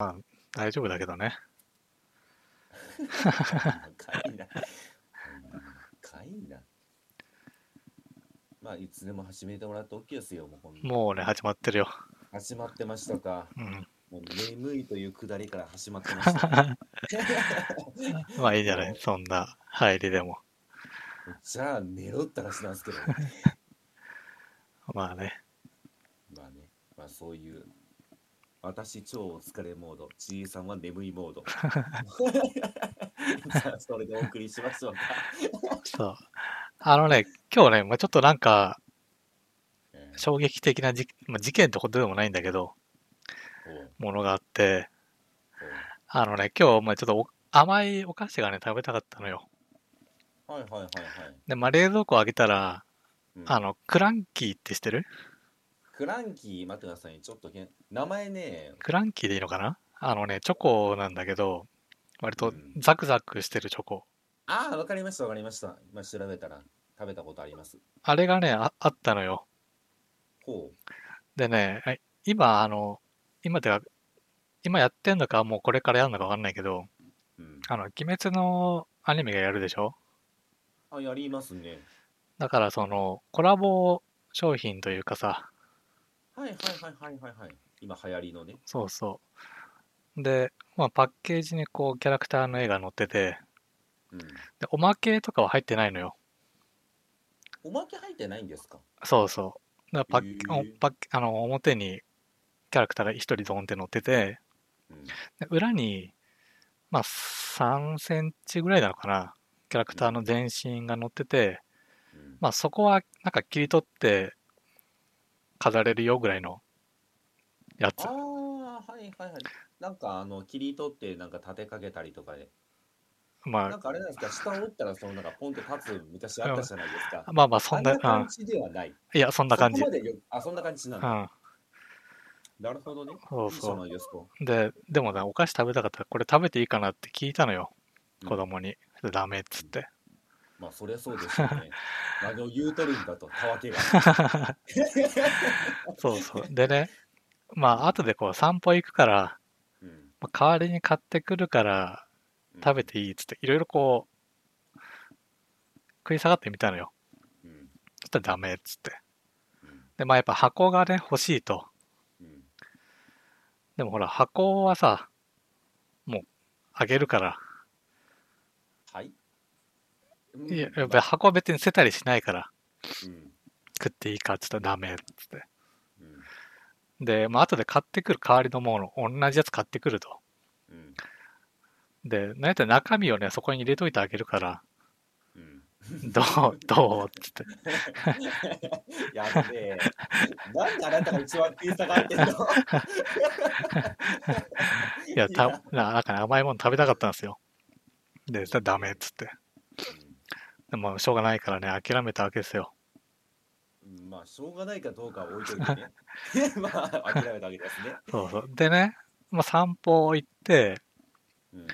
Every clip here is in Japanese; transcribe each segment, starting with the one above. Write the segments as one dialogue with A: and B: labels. A: まあ、大丈夫だけどね。
B: かいな。かいな。まあ、いつでも始めてもらって OK ですよ、もうほんと
A: もうね、始まってるよ。
B: 始まってましたか。
A: うん。
B: もう眠いというくだりから始まってました。
A: まあいいんじゃないそんな入りでも。
B: じゃあ、寝ろって話なんですけど。
A: まあね。
B: まあね、まあそういう。私、超お疲れモード。ちいさんは眠い モード。じゃあ、それでお送りしましょうか。
A: そう。あのね、今日ね、まあちょっとなんか、
B: えー
A: 衝撃的なじ、まあ、事件ってことでもないんだけど、
B: おう
A: ものがあって、あのね、今日、まあちょっとお甘いお菓子がね、食べたかったのよ。
B: おうはいはいはいはい。
A: で、まあ冷蔵庫開けたら、
B: うん
A: あの、クランキーって知ってる
B: クランキー、待ってくださいね。ちょっとけん名前ね、
A: クランキーでいいのかなあのね、チョコなんだけど、割とザクザクしてるチョコ。
B: ああ、わかりました、わかりました。今調べたら、食べたことあります。
A: あれがね、ああったのよ。
B: ほ
A: でね、はい今、あの、今てか、今やってんのか、もうこれからやるのかわかんないけど、
B: う。うん、
A: あの、鬼滅のアニメがやるでしょ
B: あ、やりますね。
A: だから、その、コラボ商品というかさ、
B: はいはいはいはいはいはい。今流行りのね。
A: そうそう。で、まあ、パッケージにこう、キャラクターの絵が載ってて、
B: うん。
A: で、おまけとかは入ってないのよ。
B: おまけ入ってないんですか
A: そうそう。だからパッ、
B: へー
A: おパッあの、表にキャラクターが一人ドンって載ってて、
B: うん。
A: で裏に、まあ、3センチぐらいなのかな。キャラクターの全身が載ってて、
B: うん、
A: まあそこはなんか切り取って飾れるよぐらいのやつ
B: あ。あ、はいはいはい。なんか、あの、切り取って、なんか立てかけたりとかで。な
A: ま
B: んかあれなんですか、下を折ったら、その、なんかポンって立つ昔あったじゃないですか
A: あ、。まあまあそ
B: あ
A: ん
B: ん
A: な、
B: な
A: う
B: 感
A: ん。
B: じではない。
A: いや、そんな感じ。
B: そうこまでよあ、そんな感じなんだ。
A: ん。
B: なるほどね。
A: そう
B: そ
A: そ
B: のよしこ。
A: う。で、でもね、お菓子食べたかったらこれ食べていいかなって聞いたのよ。
B: うん
A: 子供に。ダメっつって。
B: まあ、そりゃそうですよ ね。何を言うとるんだと、たわけが。
A: そうそう。でね、まあ後でこう散歩行くから、
B: うん
A: まあ代わりに買ってくるから食べ、ていいっつって、いろいろこう、食い下がってみたのよ。
B: うん
A: そしたらダメっつって。
B: うん
A: で、まあやっぱ箱がね、欲しいと。
B: うん
A: でもほら、箱はさ、もう、あげるから。
B: はい。うん
A: いや、やっぱり箱は別に捨てたりしないから、
B: うん
A: 食っていいかって言ったらダメっつって。
B: うん
A: で、まあ、後で買ってくる代わりのもの、同じやつ買ってくると。
B: うん
A: で、なんやったら中身をね、そこに入れといてあげる から、
B: うん
A: どう、どうっつって。
B: やべ え。なんであなたが一番小さがってんの
A: いや、た、ななんかね甘いもの食べたかったんですよ。で、そしたらダメっつって。でも、しょうがないからね、諦めたわけですよ。
B: うんまあ、しょうがないかどうかは置いといて ね。まあ、諦めたわけですね。
A: そうそう。でね、まあ、散歩行って、
B: うん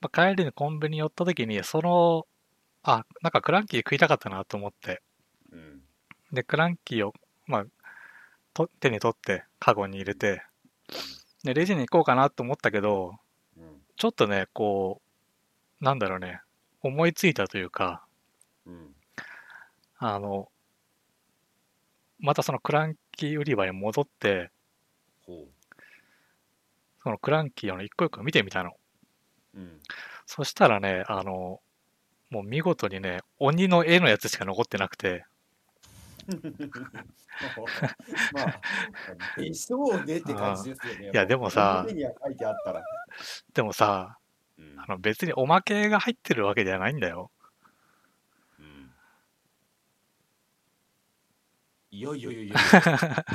A: まあ、帰りにコンビニ寄った時に、その、あ、なんかクランキー食いたかったなと思って、
B: うん
A: で、クランキーを、まあ、と手に取って、カゴに入れて、で、レジに行こうかなと思ったけど、
B: うん
A: ちょっとね、こう、なんだろうね、思いついたというか、
B: うん
A: あの、またそのクランキー売り場に戻って、
B: ほ
A: そのクランキーをね一個一個見てみたの。
B: ううん
A: そしたらね、あの、もう見事にね、鬼の絵のやつしか残ってなくて、
B: まあ、でしょうねって感じですよね。
A: いやでもさ
B: う目には書いてあったら。
A: でもさ、
B: うん
A: あの別におまけが入ってるわけじゃないんだよ。
B: うんいやいやいやいや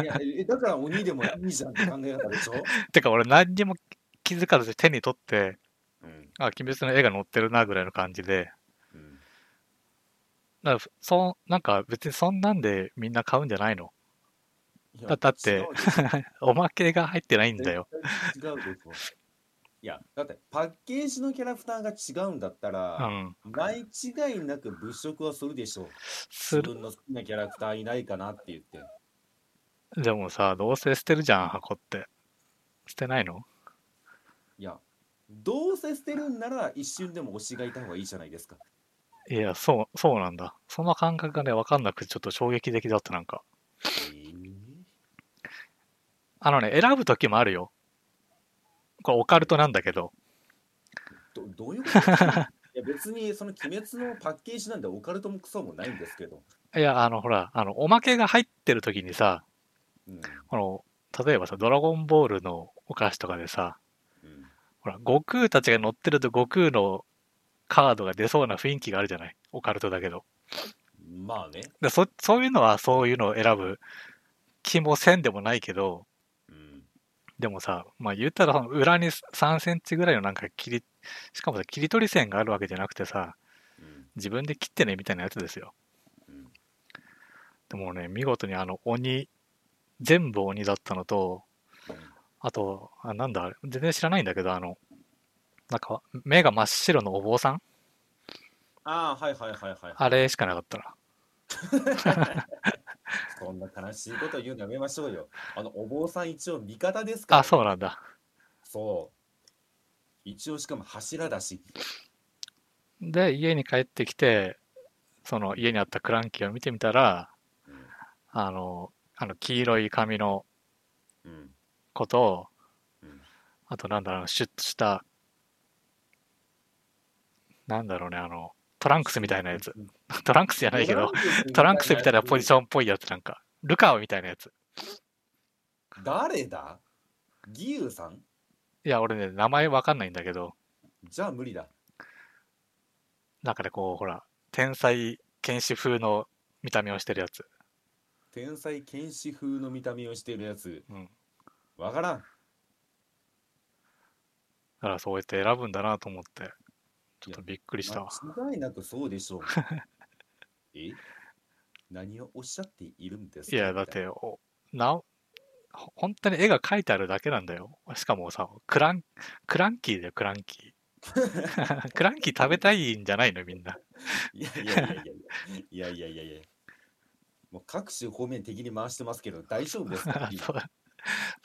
B: いやえだから鬼でもいいじゃんって考え方でしょ、
A: てか俺何にも気づかず手に取って、
B: うん
A: あ、鬼滅の絵が載ってるなぐらいの感じで、
B: うん、
A: だからそんなんか別にそんなんでみんな買うんじゃないの。
B: いや
A: だだって
B: 違うでしょ
A: おまけが入ってないんだよ。
B: 絶対違うでしょいやだってパッケージのキャラクターが違うんだった
A: う
B: ら、
A: ん。
B: ない違いなく物色はするでしょう
A: す
B: 自
A: る。
B: 分の好きなキャラクターいないかなって言って
A: でもさ、どうせ捨てるじゃん、箱って。捨てないの
B: いやどうせ捨てるんなら一瞬でも推しがいた方がいいじゃないですか
A: いや、そう、そうなんだ。その感覚がね、わかんなくてちょっと衝撃的だった、なんか。
B: え
A: あのね、選ぶ時もあるよ。これオカルトなんだけど、
B: どどういうこと いや別にその「鬼滅」のパッケージなんでオカルトもクソもないんですけど、
A: いや、あの、ほら、あの、おまけが入ってる時にさ、
B: うん
A: この、例えばさ、ドラゴンボールのお菓子とかでさ、
B: うん、
A: ほら、悟空たちが乗ってると悟空のカードが出そうな雰囲気があるじゃない。オカルトだけど。
B: まあね、
A: でそそういうのはそういうのを選ぶ気もせんでもないけど、
B: うん、
A: でもさ、まあ言ったらその裏に3センチぐらいのなんか切り、しかもさ、切り取り線があるわけじゃなくてさ、
B: うん
A: 自分で切ってねみたいなやつですよ。
B: うん
A: でもね、見事にあの鬼、全部鬼だったのと、あと、あなんだ、あれ全然知らないんだけど、あの、なんか目が真っ白のお坊さん
B: ああはいはいはいはい
A: あれしかなかったな。
B: そんな悲しいこと言うのやめましょうよあのお坊さん一応味方ですから
A: あ、そうなんだ。
B: そう一応しかも柱だし
A: で、家に帰ってきて、その家にあったクランキーを見てみたら、
B: うん
A: あの、あの黄色い髪の
B: うん
A: 子と、
B: うん
A: あとなんだろう、シュッとした、なんだろうね、あの、トランクスみたいなやつ。 トランクスじゃないけど、トランクスみたいなポジシ
B: ョン
A: ョンっぽいやつなんか、ルカオみたいなやつ。
B: 誰だ義勇さん
A: いや、俺ね、名前わかんないんだけど、
B: じゃあ無理だ
A: なんかね、こう、ほら、天才剣士風の見た目をしてるやつ。
B: 天才剣士風の見た目をしているやつ
A: うん。だ
B: わからん
A: からそうやって選ぶんだなと思って、ちょっとびっくりしたわ。
B: 間違いなくそうで しょうえ何をおっしゃっているんです
A: い
B: か
A: や、だって、おなお、ほ本当に絵が描いてあるだけなんだよ。しかもさ、クラン、クランキーだよ、クランキ ー。クランキー食べたいんじゃないの、みんな。
B: いやいやいやいやいやいやいやいやいやもう各種方面的に回してますけど大丈夫ですか今
A: そう、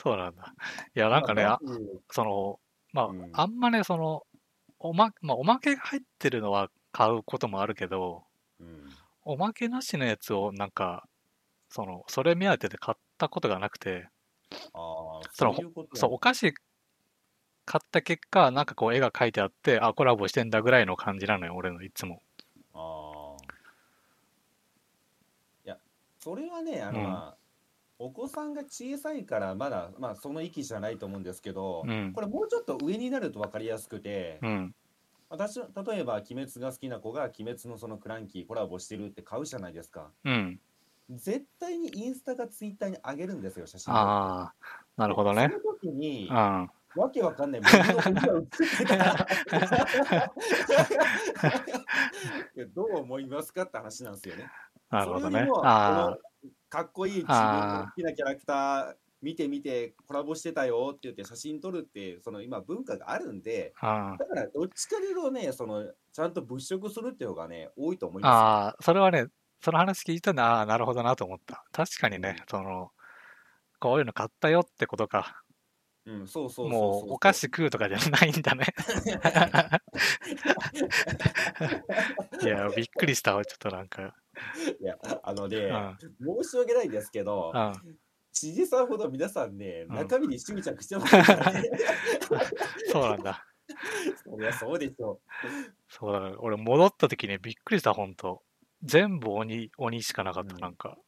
A: そうなんだ。いや、なんかね、あ
B: まあ
A: その、まあ、
B: うん
A: あんまね、その、おま、まあ、おまけが入ってるのは買うこともあるけど、
B: うん
A: おまけなしのやつを、なんか、その、それ目当てで買ったことがなくて、
B: ああ、
A: そ
B: そ
A: の
B: ういうこと
A: そう、お菓子買った結果、なんかこう絵が描いてあって、あ、コラボしてんだぐらいの感じなのよ、俺のいつも。
B: ああ。いや、それはね、あの、
A: うん
B: まあお子さんが小さいから、まだ、まあ、その域じゃないと思うんですけど、
A: うん
B: こ。れもうちょっと上になると分かりやすくて、
A: うん。
B: 私の例えば、鬼滅が好きな子が、鬼滅のそのクランキーコラボしてるって買うじゃないですか。
A: うん。
B: 絶対にインスタかツイッターに上げるんですよ、写真を。
A: ああ、なるほどね。
B: その時に
A: う、ん。
B: わけわかんない。僕の本気が映っ てたいやどう思いますかって話なんですよね。
A: なるほど
B: それよ
A: ね
B: り。も
A: ああ、
B: このかっこいい自分の好きなキャラクター見て見てコラボしてたよって言って写真撮るってその今文化があるんで
A: あ
B: だからどっちかというとねそのちゃんと物色するっていうのがね多いと思いま
A: あー、それはね、その話聞いたな、ああ、なるほどなと思った。確かにね、その、こういうの買ったよってことか。
B: す。うん、そうそうそうそう
A: もう、お菓子食うとかじゃないん だね。いや、びっくりしたわ、ちょっとなんか。
B: いやあの
A: うん。
B: ね
A: うん。
B: 申し訳ないですけど
A: あ
B: 知事さんほど皆さんね
A: うん
B: 中身に執着してますから ね。
A: そうなんだ。
B: いやそうでしょ
A: そうだから俺戻った時にびっくりした本当全部鬼鬼しかなかった、
B: うん
A: なんか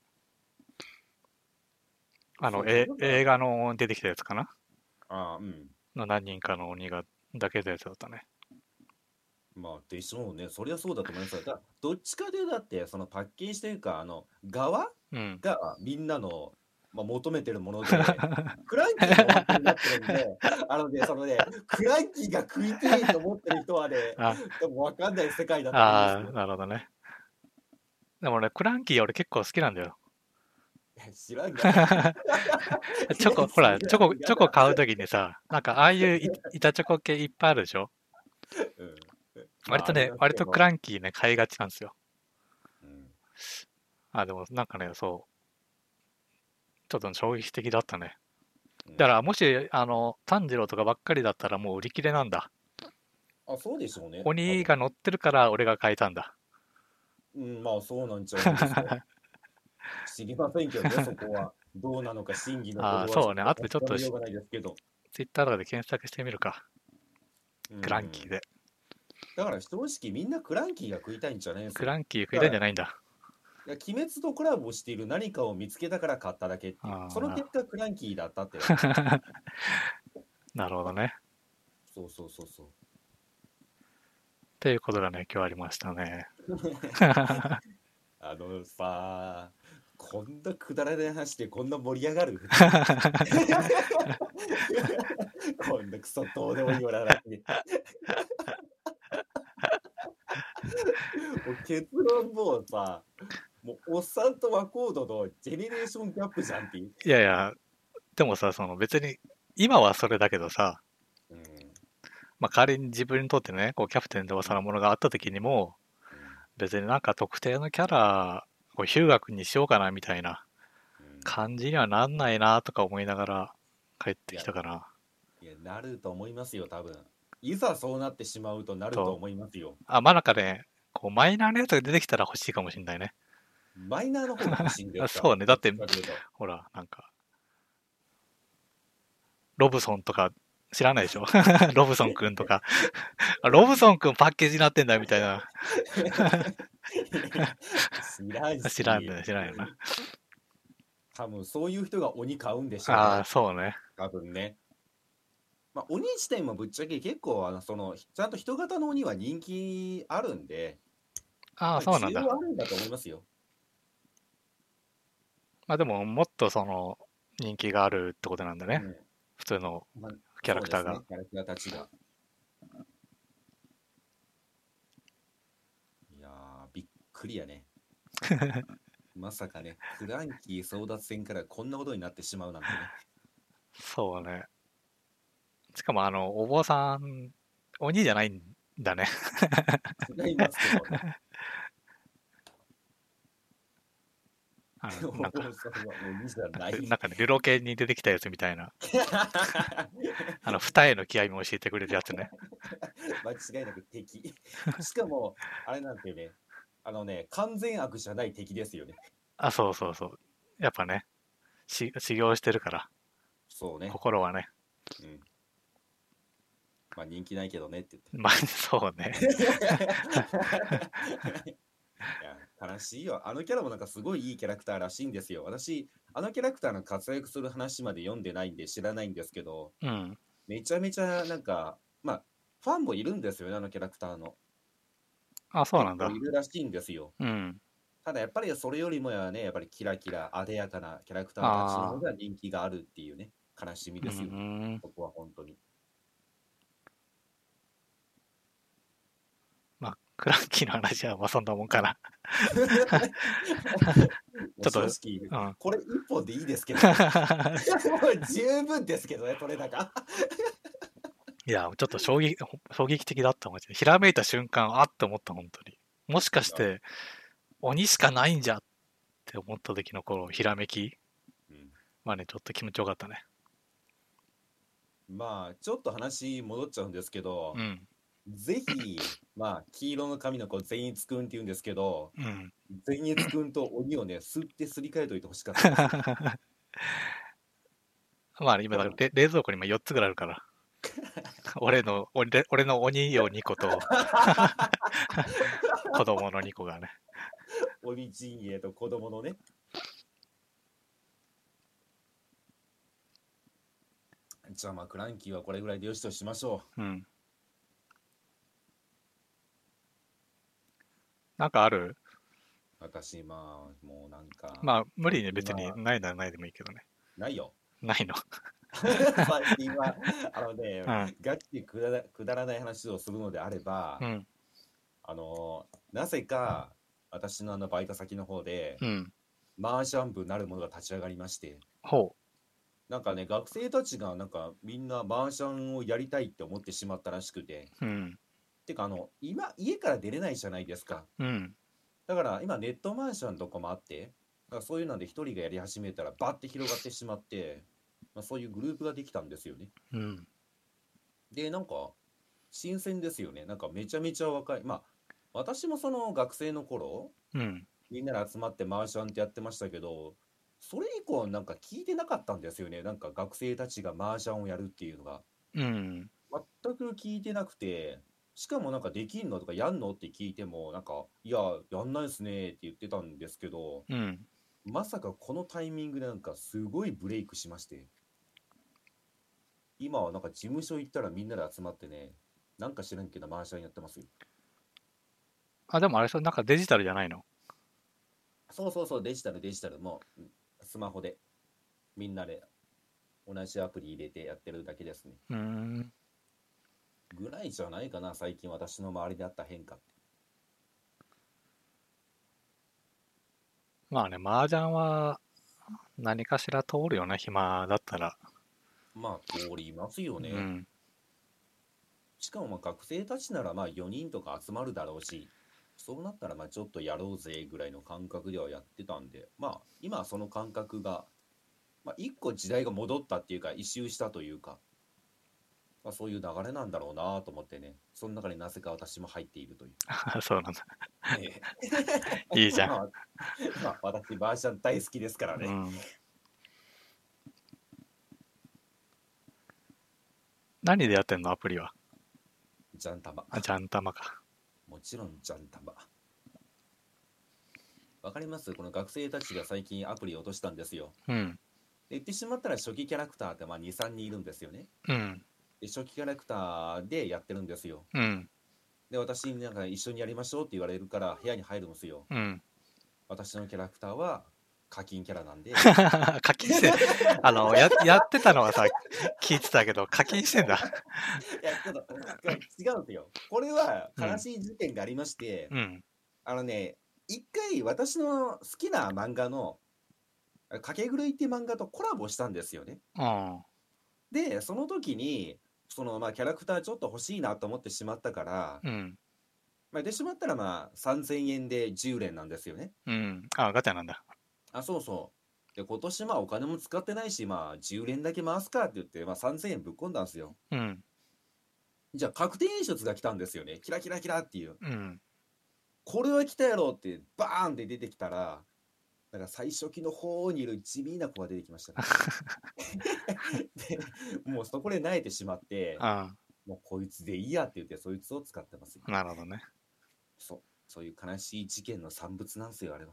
A: あ
B: そ
A: の
B: う
A: え
B: なんか
A: 映画の出てきたやつかな
B: う。ああうん
A: の何人かの鬼がだけのやつだったね
B: まあでしょうねそりゃそうだと思いますよだからどっちかというとだってそのパッケージというかあの側
A: うん
B: がみんなの、まあ、求めてるも ので、クランキーが本当になってるんで、あの ね、そのね、クランキーが食いたいと思ってる人はね、
A: あ
B: でも分かんない世界だと
A: あ
B: 思
A: ー
B: うんで
A: なるほどねでもねクランキー俺結構好きなんだ よ
B: すよ。知らんが。
A: チョコほらチョコチョコ買う時にさなんかああいう い板チョコ系いっぱいあるでしょ
B: うん
A: 割とね割とク
B: ン
A: ランキーね買いがちなんですよ
B: キー、うん
A: あでもなんかねそうちょっと衝撃的だったね
B: うん
A: だからもし、あの、炭治郎とかばっかりだったらもう売り切れなんだ。
B: あ、そうでしょうね。
A: 鬼が乗ってるから俺が変えたんだ。
B: うん、まあそうな んちゃうんですよ。知りませんけどね、そこは。どうなのか、真偽の
A: あー
B: ほどは
A: そうね後でちょっと
B: わかりようがないですけど。
A: ツイッターとかで検索してみるか。
B: うん
A: クランキーで。
B: だから正直みんなクランキーが食いたいんじゃないですか
A: ク。ランキー食いたいんじゃないんだ。
B: いや鬼滅とコラボしている何かを見つけたから買っただけっていう
A: あー
B: その結果クランキーだった って。
A: なるほどね。
B: そうそうそうそう。
A: っていうことがね、今日ありましたね。
B: あのさこんなくだらない話でこんな盛り上が るこんなクソどうでもいいよな話 でもう結論もうさもうおっさんと和コードのジェネレーションギャップじゃんっていう、
A: いやいや、でもさ、その別に、今はそれだけどさ、
B: うん
A: まあ、仮に自分にとってね、こうキャプテンでお皿物があった時にも、別になんか特定のキャラをヒューガ君にしようかなみたいな感じにはなんないなとか思いながら帰ってきたかな。
B: いやなると思いますよ多分いざそうなってしまうとなると思いますよ
A: あ、まあなんかね、こうマイナーなやつが出てきたら欲しいかもしんないね。
B: マイナーの方が欲しいんだよ
A: あ そうねだって
B: どちかいうと
A: ほら、なんか、ロブソンとか知らないでしょ ロブソンくんとか。あロブソンくんパッケージになってんだみたいな。
B: 知らんし
A: 知らんね、知らんよな。
B: 多分そういう人が鬼買うんでしょうね
A: ああ、そうね。
B: 多分ねまあ鬼自体もぶっちゃけ結構あのそのちゃんと人型の鬼は人気あるんで
A: ああ、そうなんだ
B: 需。要あるんだと思いますよ
A: まあでも、もっとその、人気があるってことなんだね。
B: うん
A: 普通の
B: まあ
A: キャラクターが。
B: そうですねキャラクターたちがいやーびっくり やねまさかねフランキー争奪戦からこんなことになってしまうなんてね
A: そうね。しかも、あの、お坊さん、鬼じゃないんだね。
B: 違いますけど
A: あ
B: お
A: のなん
B: 坊
A: か、
B: さんはもういいじゃない
A: なんかね、ルロ系に出てきたやつみたいな。あの、二重の気合も教えてくれるやつね。
B: 間違いなく敵しかもあれなんてねあのね完全悪じゃない敵ですよね
A: あ、そうそうそう。やっぱね、し修行してるから、
B: そうね、
A: 心はね。
B: うん、まあ人気ないけどねって言って
A: まあ、そう ね。
B: いや悲しいよあのキャラもなんかすごいいいキャラクターらしいんですよ私あのキャラクターの活躍する話まで読んでないんで知らないんですけど
A: うん。
B: めちゃめちゃなんかまあファンもいるんですよねあのキャラクターの
A: あ、そうなんだ
B: 結構。いるらしいんですよ
A: うん。
B: ただやっぱりそれよりもやねやっぱりキラキラ艶やかなキャラクターたちの方が人気があるっていうね悲しみ
A: う
B: ですよ、
A: ん。
B: ここは本当に
A: まあ、クランキーの話は、まあ、そんなもんかな。
B: ち
A: ょっと
B: 正直
A: うん。
B: これ一本でいいですけどもう十分ですけどね取れ高
A: いや、ちょっと衝撃、ほ衝撃的だった、マジで。ひらめいた瞬間、あって思った、本当に。もしかして、鬼しかないんじゃって思った時のこのひらめき
B: うん
A: はね、ちょっと気持ちよかったね。
B: まあちょっと話戻っちゃうんですけど、
A: うん。
B: ぜひまあ黄色の髪の子善逸くんって言うんですけど
A: うん。
B: 善逸くんと鬼をねすってすり替えといてほしか ったです
A: まあ、今だかられ、冷蔵庫に今4つぐらいある から。俺の、俺俺の鬼よ2個と、 子供の2個がね。
B: 鬼陣営と子供のねじゃあまあクランキーはこれぐらいでよしとしましょ
A: うん。なんかある
B: う私まあもうなんか、
A: まあ、無理に別
B: ま
A: に
B: あ
A: ないならないでもいいけどね。
B: ない よ
A: ないの。
B: 最近はあのね、
A: うん
B: ガチでくだらくだらない話をするのであれば、
A: うん。
B: あのなぜか私のあのバイト先の方で、
A: うん。
B: マージャン部なるものが立ち上がりまして
A: ほ
B: なんかね学生たちがなんかみんなマージャンをやりたいって思ってしまったらしくて
A: う。うん。
B: てかあの今家から出れないじゃないですか
A: うん。
B: だから今ネットマージャンとかもあってだからそういうので一人がやり始めたらバッて広がってしまってまあ、そういうグループができたんですよね。
A: うん。
B: で、なんか、新鮮ですよね。なんかめちゃめちゃ若い。まあ、私もその学生の頃、
A: うん。
B: みんなで集まってマーシャンってやってましたけど、それ以降なんか聞いてなかったんですよね。なんか学生たちがマージャンをやるっていうのが。
A: うん。
B: 全く聞いてなくて、しかもなんかできんのとかやんのって聞いても、なんか、いや、やんないっすねって言ってたんですけど、
A: うん。
B: まさかこのタイミングでなんかすごいブレイクしまして、今はなんか事務所行ったらみんなで集まってね、なんか知らんけどマーシャンやってますよ。
A: あ、でもあれ、それなんかデジタルじゃないの
B: そうそうそう、デジタルデジタルもうスマホでみんなで同じアプリ入れてやってるだけですね。
A: うーん。
B: ぐらいじゃないかな、最近私の周りであった変化って。
A: まあね、麻雀は何かしら通るよね、暇だったら。
B: まあ、通りますよね。
A: うん。
B: しかもまあ学生たちならまあ4人とか集まるだろうし、そうなったらまあちょっとやろうぜぐらいの感覚ではやってたんで、まあ今はその感覚が、まあ一個時代が戻ったっていうか、一周したというか、まあそういう流れなんだろうなと思ってね、その中になぜか私も入っているという。
A: そうなんだ。
B: ええ
A: いいじゃん。
B: まあまあ私、バーシャン大好きですからね。
A: うん、何でやってんのアプリは。
B: ジャン玉。
A: あ、ジャンタマか。
B: もちろんジャン玉。わかりますこの学生たちが最近アプリを落としたんですよ。
A: うん。
B: で言ってしまったら初期キャラクターってまあ2、3人いるんですよね。
A: うん。
B: で初期キャラクターでやってるんですよ。
A: うん。
B: で、私になんか一緒にやりましょうって言われるから部屋に入るんですよ。
A: うん。
B: 私のキャラクターは課金キャラな んで、
A: 課金 して、あの、や、やってたのはさ、聞いてたけど、課金してんだ。
B: いやちょっと違うんですよ。これは悲しい事件がありまして、
A: うん。
B: あのね、一回私の好きな漫画の「かけ狂い」っていう漫画とコラボしたんですよね。
A: うん。
B: で、その時に、そのまあキャラクターちょっと欲しいなと思ってしまったから、
A: うん。
B: まあ、でしまったらまあ3000円で10連なんですよね。
A: うん。あ、ガチャなんだ。
B: あ、そうそう。で、今年まあお金も使ってないし、まあ10連だけ回すかって言って、まあ3000円ぶっ込んだんですよ。
A: うん。
B: じゃあ確定演出が来たんですよね。キラキラキラっていう。
A: うん。
B: これは来たやろってバーンって出てきたら、なんか最初期の方にいる地味な子が出てきました、ね。でもうそこで泣いてしまって、
A: あ
B: もうこいつでいいやって言って、そいつを使ってますよ。
A: なるほどね。
B: そう、そういう悲しい事件の産物なんですよ、あれは。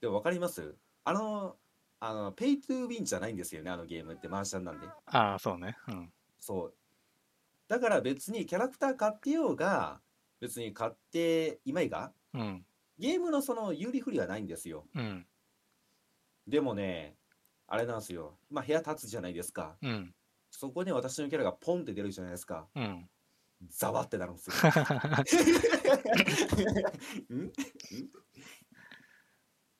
B: でも分かりますあの、あの、ペイトゥーウィンじゃないんですよね、あのゲームって、マーシャンなんで。
A: ああ、そうね。うん。
B: そう。だから別にキャラクター買ってようが、別に買っていまいが、
A: うん。
B: ゲームのその有利不利はないんですよ。
A: うん。
B: でもね、あれなんですよ。まあ部屋立つじゃないですか。
A: うん。
B: そこで私のキャラがポンって出るじゃないですか。
A: うん。
B: ざわってなるんですよ。 んんっ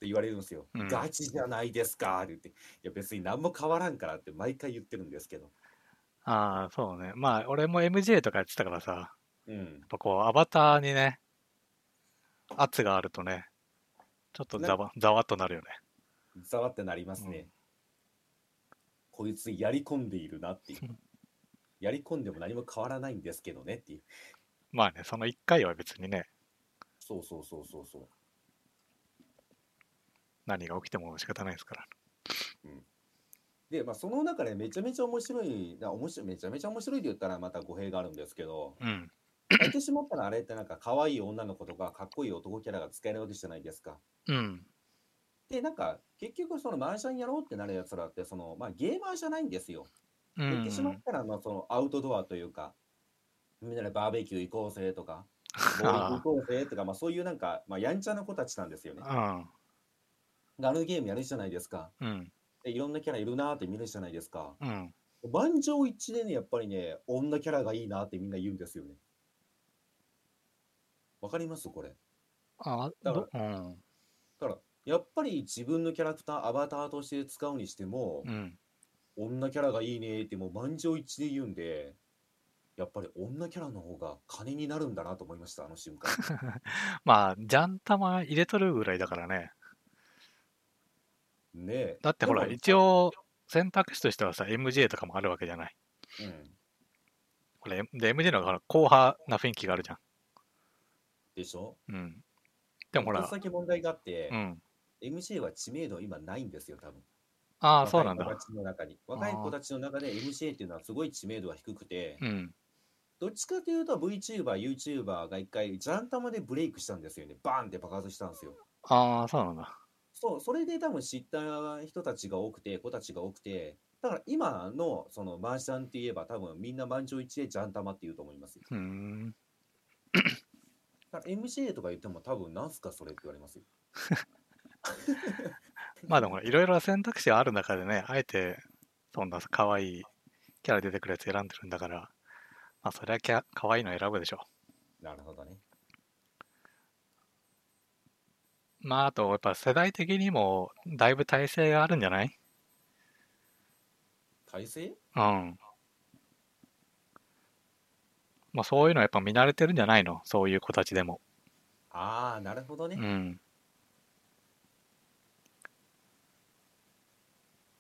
B: て言われるんですよ、
A: うん
B: ガチじゃないですかって言って。いや別に何も変わらんからって毎回言ってるんですけど。
A: ああ、そうね。まあ、俺も MJ とかやってたからさ、やっ
B: うん。
A: ぱこう、アバターにね、圧があるとね、ちょっとざわ、ざわっとなるよね。
B: ざわってなりますね。
A: うん
B: こいつやり込んでいるなっていう。やり込んでも何も変わらないんですけどねっていう。
A: まあね、その1回は別にね、
B: そうそうそうそうそう。
A: 何が起きても仕方ないですから。
B: で、まあ、その中でめちゃめちゃ面白い、な面白いめちゃめちゃ面白いって言ったらまた語弊があるんです けど、
A: うん。
B: 言ってしまったらあれってなんか可愛い女の子とかかっこいい男キャラが使えるわけじゃないですか。
A: うん。
B: で、なんか結局そのマージャンやろうってなるやつらってその、まあ、ゲーマーじゃないんですよ。
A: う
B: 言って しまっ
A: ん。
B: たらまあそのアウトドアというか、みんなでバーベキュー行こうぜ とか、ボーリング行こうぜとか、まあ、そういうなんか、まあ、やんちゃな子たちなんですよね。あのゲームやるじゃないですか。
A: うん。うん。
B: でいろんなキャラいるなーって見るじゃないですか。
A: うん。
B: 満場一致でね、やっぱりね、女キャラがいいなってみんな言うんですよね。わかりますこれ。だ
A: あ
B: だ
A: どうん。
B: から、やっぱり自分のキャラクター、アバターとして使うにしても
A: う、ん。
B: 女キャラがいいねってもう満場一致で言うんで、やっぱり女キャラの方が金になるんだなと思いました、あの瞬 間。
A: まあ、ジャン玉入れとるぐらいだからね。
B: ねえ
A: だってほら
B: でも
A: 一応選択肢としてはさ MJ とかもあるわけじゃない
B: うん
A: これで MJ の方がほら硬派な雰囲気があるじゃ
B: でしょ
A: んうんでもほ
B: 一
A: ら
B: つだけ問題があって、
A: うん
B: MJ は知名度今ないんですよ多分
A: ああ
B: 若
A: そう
B: い
A: なんだ
B: 子たちの中に若い子たちの中で MCA っていうのはすごい知名度が低くて、
A: うん
B: どっちかというと VTuber、YouTuber が一回ジャンタマでブレイクしたんですよね。バーンって爆発したんですよ。
A: ああそうなんだ
B: そう、それで多分知った人たちが多くて、子たちが多くて、だから今のそのマーシャンって言えば多分みんな満場一致でジャンタマって言うと思いますよ。
A: うーん
B: だから MCA とか言っても多分なんすかそれって言われますよ。
A: まあでもほらいろいろ選択肢がある中でねあえてそんな可愛いキャラ出てくるやつ選んでるんだからまあそりゃキャ可愛いの選ぶでしょ
B: なるほどね。
A: まああとやっぱ世代的にもだいぶ体制があるんじゃない
B: 体制
A: うん。まあそういうのはやっぱ見慣れてるんじゃないのそういう子たちでも。
B: ああ、なるほどね。
A: うん。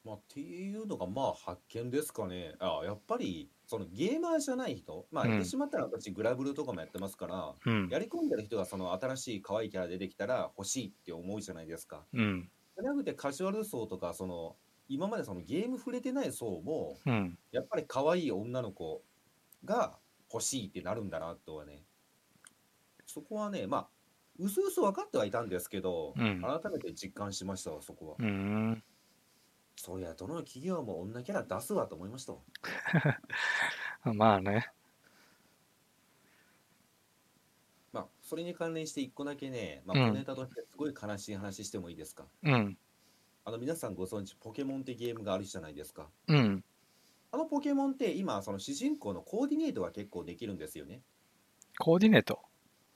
B: まあ、っていうのがまあ発見ですかね。あやっぱりそのゲーマーじゃない人、まあ、
A: うん
B: 言ってしまったら私グラブルとかもやってますから、
A: うん。
B: やり込んでる人がその新しい可愛いキャラ出てきたら欲しいって思うじゃないですか。
A: うん。
B: じゃなくてカジュアル層とかその今までそのゲーム触れてない層も
A: うん。
B: やっぱり可愛い女の子が欲しいってなるんだなとはね。そこはねまあうすうす分かってはいたんですけど、
A: うん
B: 改めて実感しましたわそこは。
A: うーん。
B: そういやどの企業も女キャラ出すわと思いましたわ。
A: まあね。
B: まあ、それに関連して一個だけね、ま
A: うん
B: あ、このネタとしてすごい悲しい話してもいいですか、
A: うん。
B: あの皆さんご存知ポケモンってゲームがあるじゃないですか
A: うん。
B: あのポケモンって今その主人公のコーディネートが結構できるんですよね
A: コーディネート。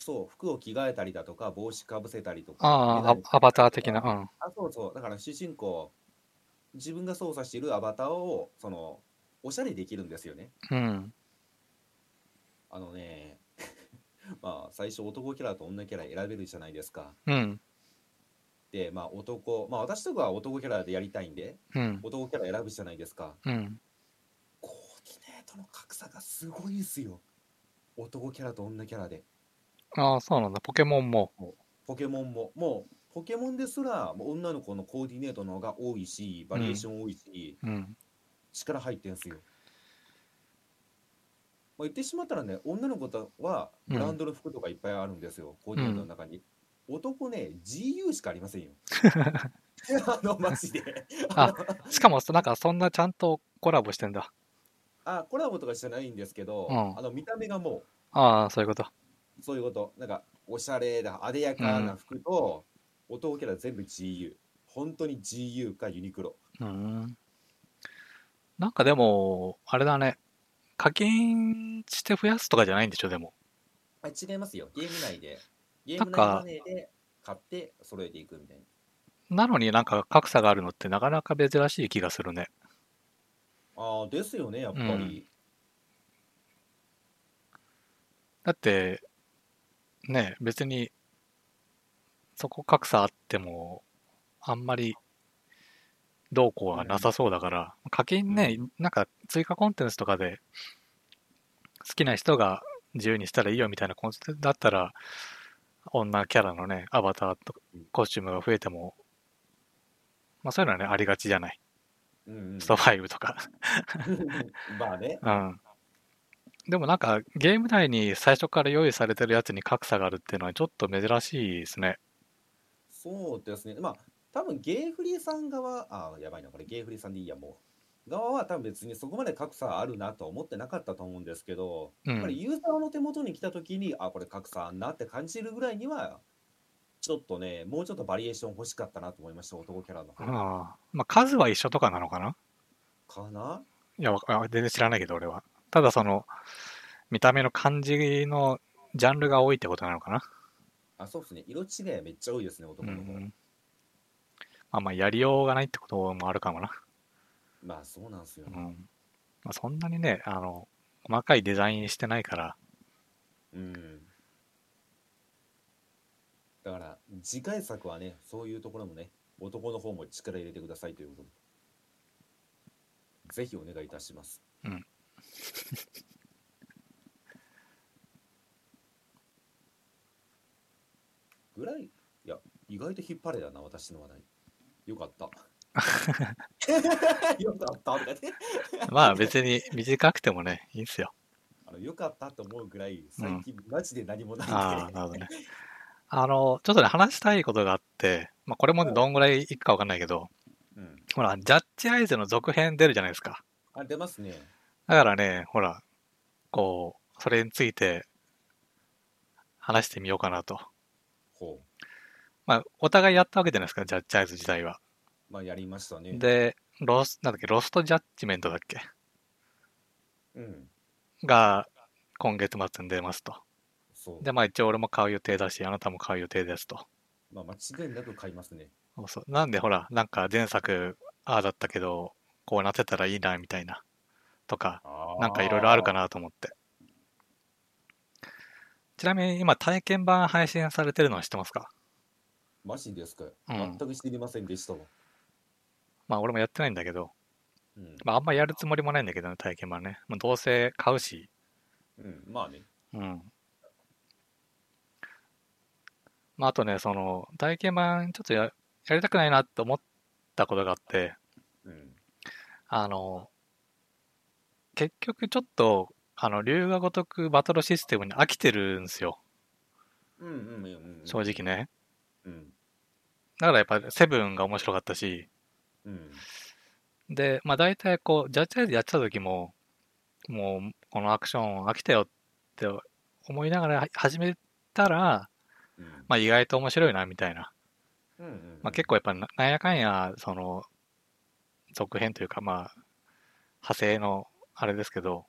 B: そう服を着替えたりだとか帽子かぶせたりとか
A: あ
B: 眼
A: あ
B: 鏡
A: あ、アバター的な。
B: あそうそうだから主人公自分が操作しているアバターをそのおしゃれできるんですよね
A: うん。うん。
B: あのね まあ最初男キャラと女キャラ選べるじゃないですか
A: うん。
B: でまあ男まあ私とかは男キャラでやりたいんで
A: うん。
B: 男キャラ選ぶじゃないですか
A: うん。
B: コーディネートの格差がすごいですよ男キャラと女キャラで
A: ああ、そうなんだ。ポケモンも。
B: ポケモンももうポケモンですらもう女の子のコーディネートの方が多いしバリエーション多いし、
A: うん。
B: 力入ってんすよ、まあ、言ってしまったらね女の子とはブランドの服とかいっぱいあるんですよ、コーディネートの中に男ね GU しかありま せんよあのマジで
A: あしかも、なんかそんなちゃんとコラボしてんだ。
B: あコラボとかしてないんですけど、
A: うん
B: あの見た目がもう
A: ああ、そういうこと。
B: そういうこと。なんか、おしゃれだ、艶やかな服と、男キャラ全部 GU。本当に GU かユニクロ。
A: うん。なんかでも、あれだね。課金して増やすとかじゃないんでしょ、でも。
B: あ、違いますよ。ゲーム内で。ゲ
A: な
B: ー
A: ん
B: ム
A: か
B: 内マネーで買って揃えていくみたいな。
A: なのになんか格差があるのってなかなか珍しい気がするね。
B: ああ、ですよね、やっぱり。
A: だって、ね、別に、そこ格差あっても、あんまり、どうこうはなさそうだから、課金ね、なんか追加コンテンツとかで、好きな人が自由にしたらいいよみたいなコンテンツだったら、女キャラのね、アバターとコスチュームが増えても、まあそういうのはね、ありがちじゃない。
B: うん、うん。
A: スト5とか。
B: まあね。
A: うん。でもなんかゲーム内に最初から用意されてるやつに格差があるっていうのはちょっと珍しいですね。
B: そうですね。まあ、多分ゲーフリーさん側、ああ、やばいな、これゲーフリーさんでいいや、もう。側は多分別にそこまで格差あるなとは思ってなかったと思うんですけど、
A: う
B: やっぱり
A: ん。
B: ユーザーの手元に来た時に、あこれ格差あんなって感じるぐらいにはちょっとねもうちょっとバリエーション欲しかったなと思いました男キャラの
A: あ
B: 方
A: あ
B: か
A: まあ数は一緒とかなのかな
B: な、
A: いや、わかあ全然知らないけど俺は。ただその、見た目の感じのジャンルが多いってことなのかな。
B: あそうですね色違いめっちゃ多いですね
A: う
B: 男の子、
A: ん。まあまあやりようがないってこともあるかもな。
B: まあそうなんですよ
A: うん。まあ、そんなにね、あの、細かいデザインしてないから、
B: うんだから次回作はねそういうところもね男の方も力入れてくださいということでぜひお願いいたします
A: うん。
B: ぐらい、いや、意外と引っ張れだな、私の話題。よか った。よかったとかね。
A: まあ別に短くてもね、いいんすよ。
B: あの、よかったと思うぐらい、最近、マジで何もないんで。
A: ああ、なるほどね。あの、ちょっとね、話したいことがあって、まあこれもね、どんぐらいいくかわかんないけど、
B: うん。
A: ほら、ジャッジアイズの続編出るじゃないですか。
B: あ、出ますね。
A: だからね、ほら、こう、それについて話してみようかなと。
B: ほ
A: まあ、お互いやったわけじゃないですか、ジャッジアイズ自体は。
B: う。まあ、やりましたね。
A: で、ロス、なんだっけ、ロストジャッジメントだっけ
B: うん。
A: が、今月末に出ますと。
B: そう。
A: で、まあ一応俺も買う予定だし、あなたも買う予定ですと。
B: まあ、間違いなく買いますね。
A: そうそうなんでほら、なんか前作、ああだったけど、こうなってたらいいな、みたいな。とか、なんかいろいろあるか
B: な。
A: なと思って。ちなみに今体験版配信されてるのは知ってますか
B: マジですか。
A: うん
B: 全く知りませんでしたわ。
A: まあ俺もやってないんだけど、
B: うん。
A: まああんまやるつもりもないんだけどね、体験版ね。まあ、どうせ買うし、
B: うん、まあね。
A: うん。まああとね、その体験版ちょっとややりたくないなって思ったことがあって、
B: うん。
A: あの、結局ちょっと、あの、龍が如くバトルシステムに飽きてるんですよ、
B: うんうんうんうん。
A: 正直ね。
B: うん。
A: だからやっぱりセブンが面白かったし、
B: うん。
A: で、まあ大体こう、ジャッジアイズやってた時も、もうこのアクション飽きたよって思いながら始めたら、
B: うん。
A: まあ意外と面白いなみたいな。
B: うんうん
A: まあ結構やっぱななんやかんや、その、続編というかまあ、派生のあれですけど、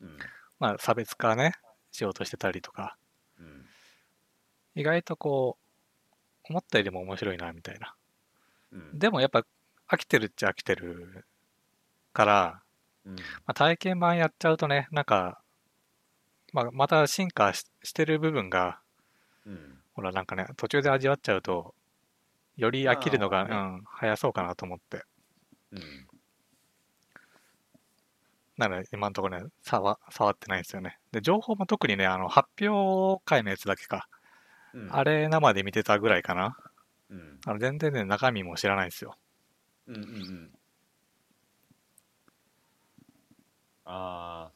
B: うん
A: まあ差別化ね、しようとしてたりとか、
B: うん
A: 意外とこう、思ったよりも面白いなみたいな。
B: うん
A: でもやっぱ飽きてるっちゃ飽きてるから、
B: うん
A: まあ、体験版やっちゃうとね、なんか、まあ、また進化ししてる部分が、
B: うん
A: ほら、なんかね、途中で味わっちゃうと、より飽きるのが、
B: まあ
A: うん、早そうかなと思って。
B: うん
A: なので、今のところね、触触ってないんですよね。で、情報も特にね、あの、発表会のやつだけか。
B: うん
A: あれ、生で見てたぐらいかな。
B: うん
A: あの全然ね、中身も知らないんですよ。
B: うんうんうんああ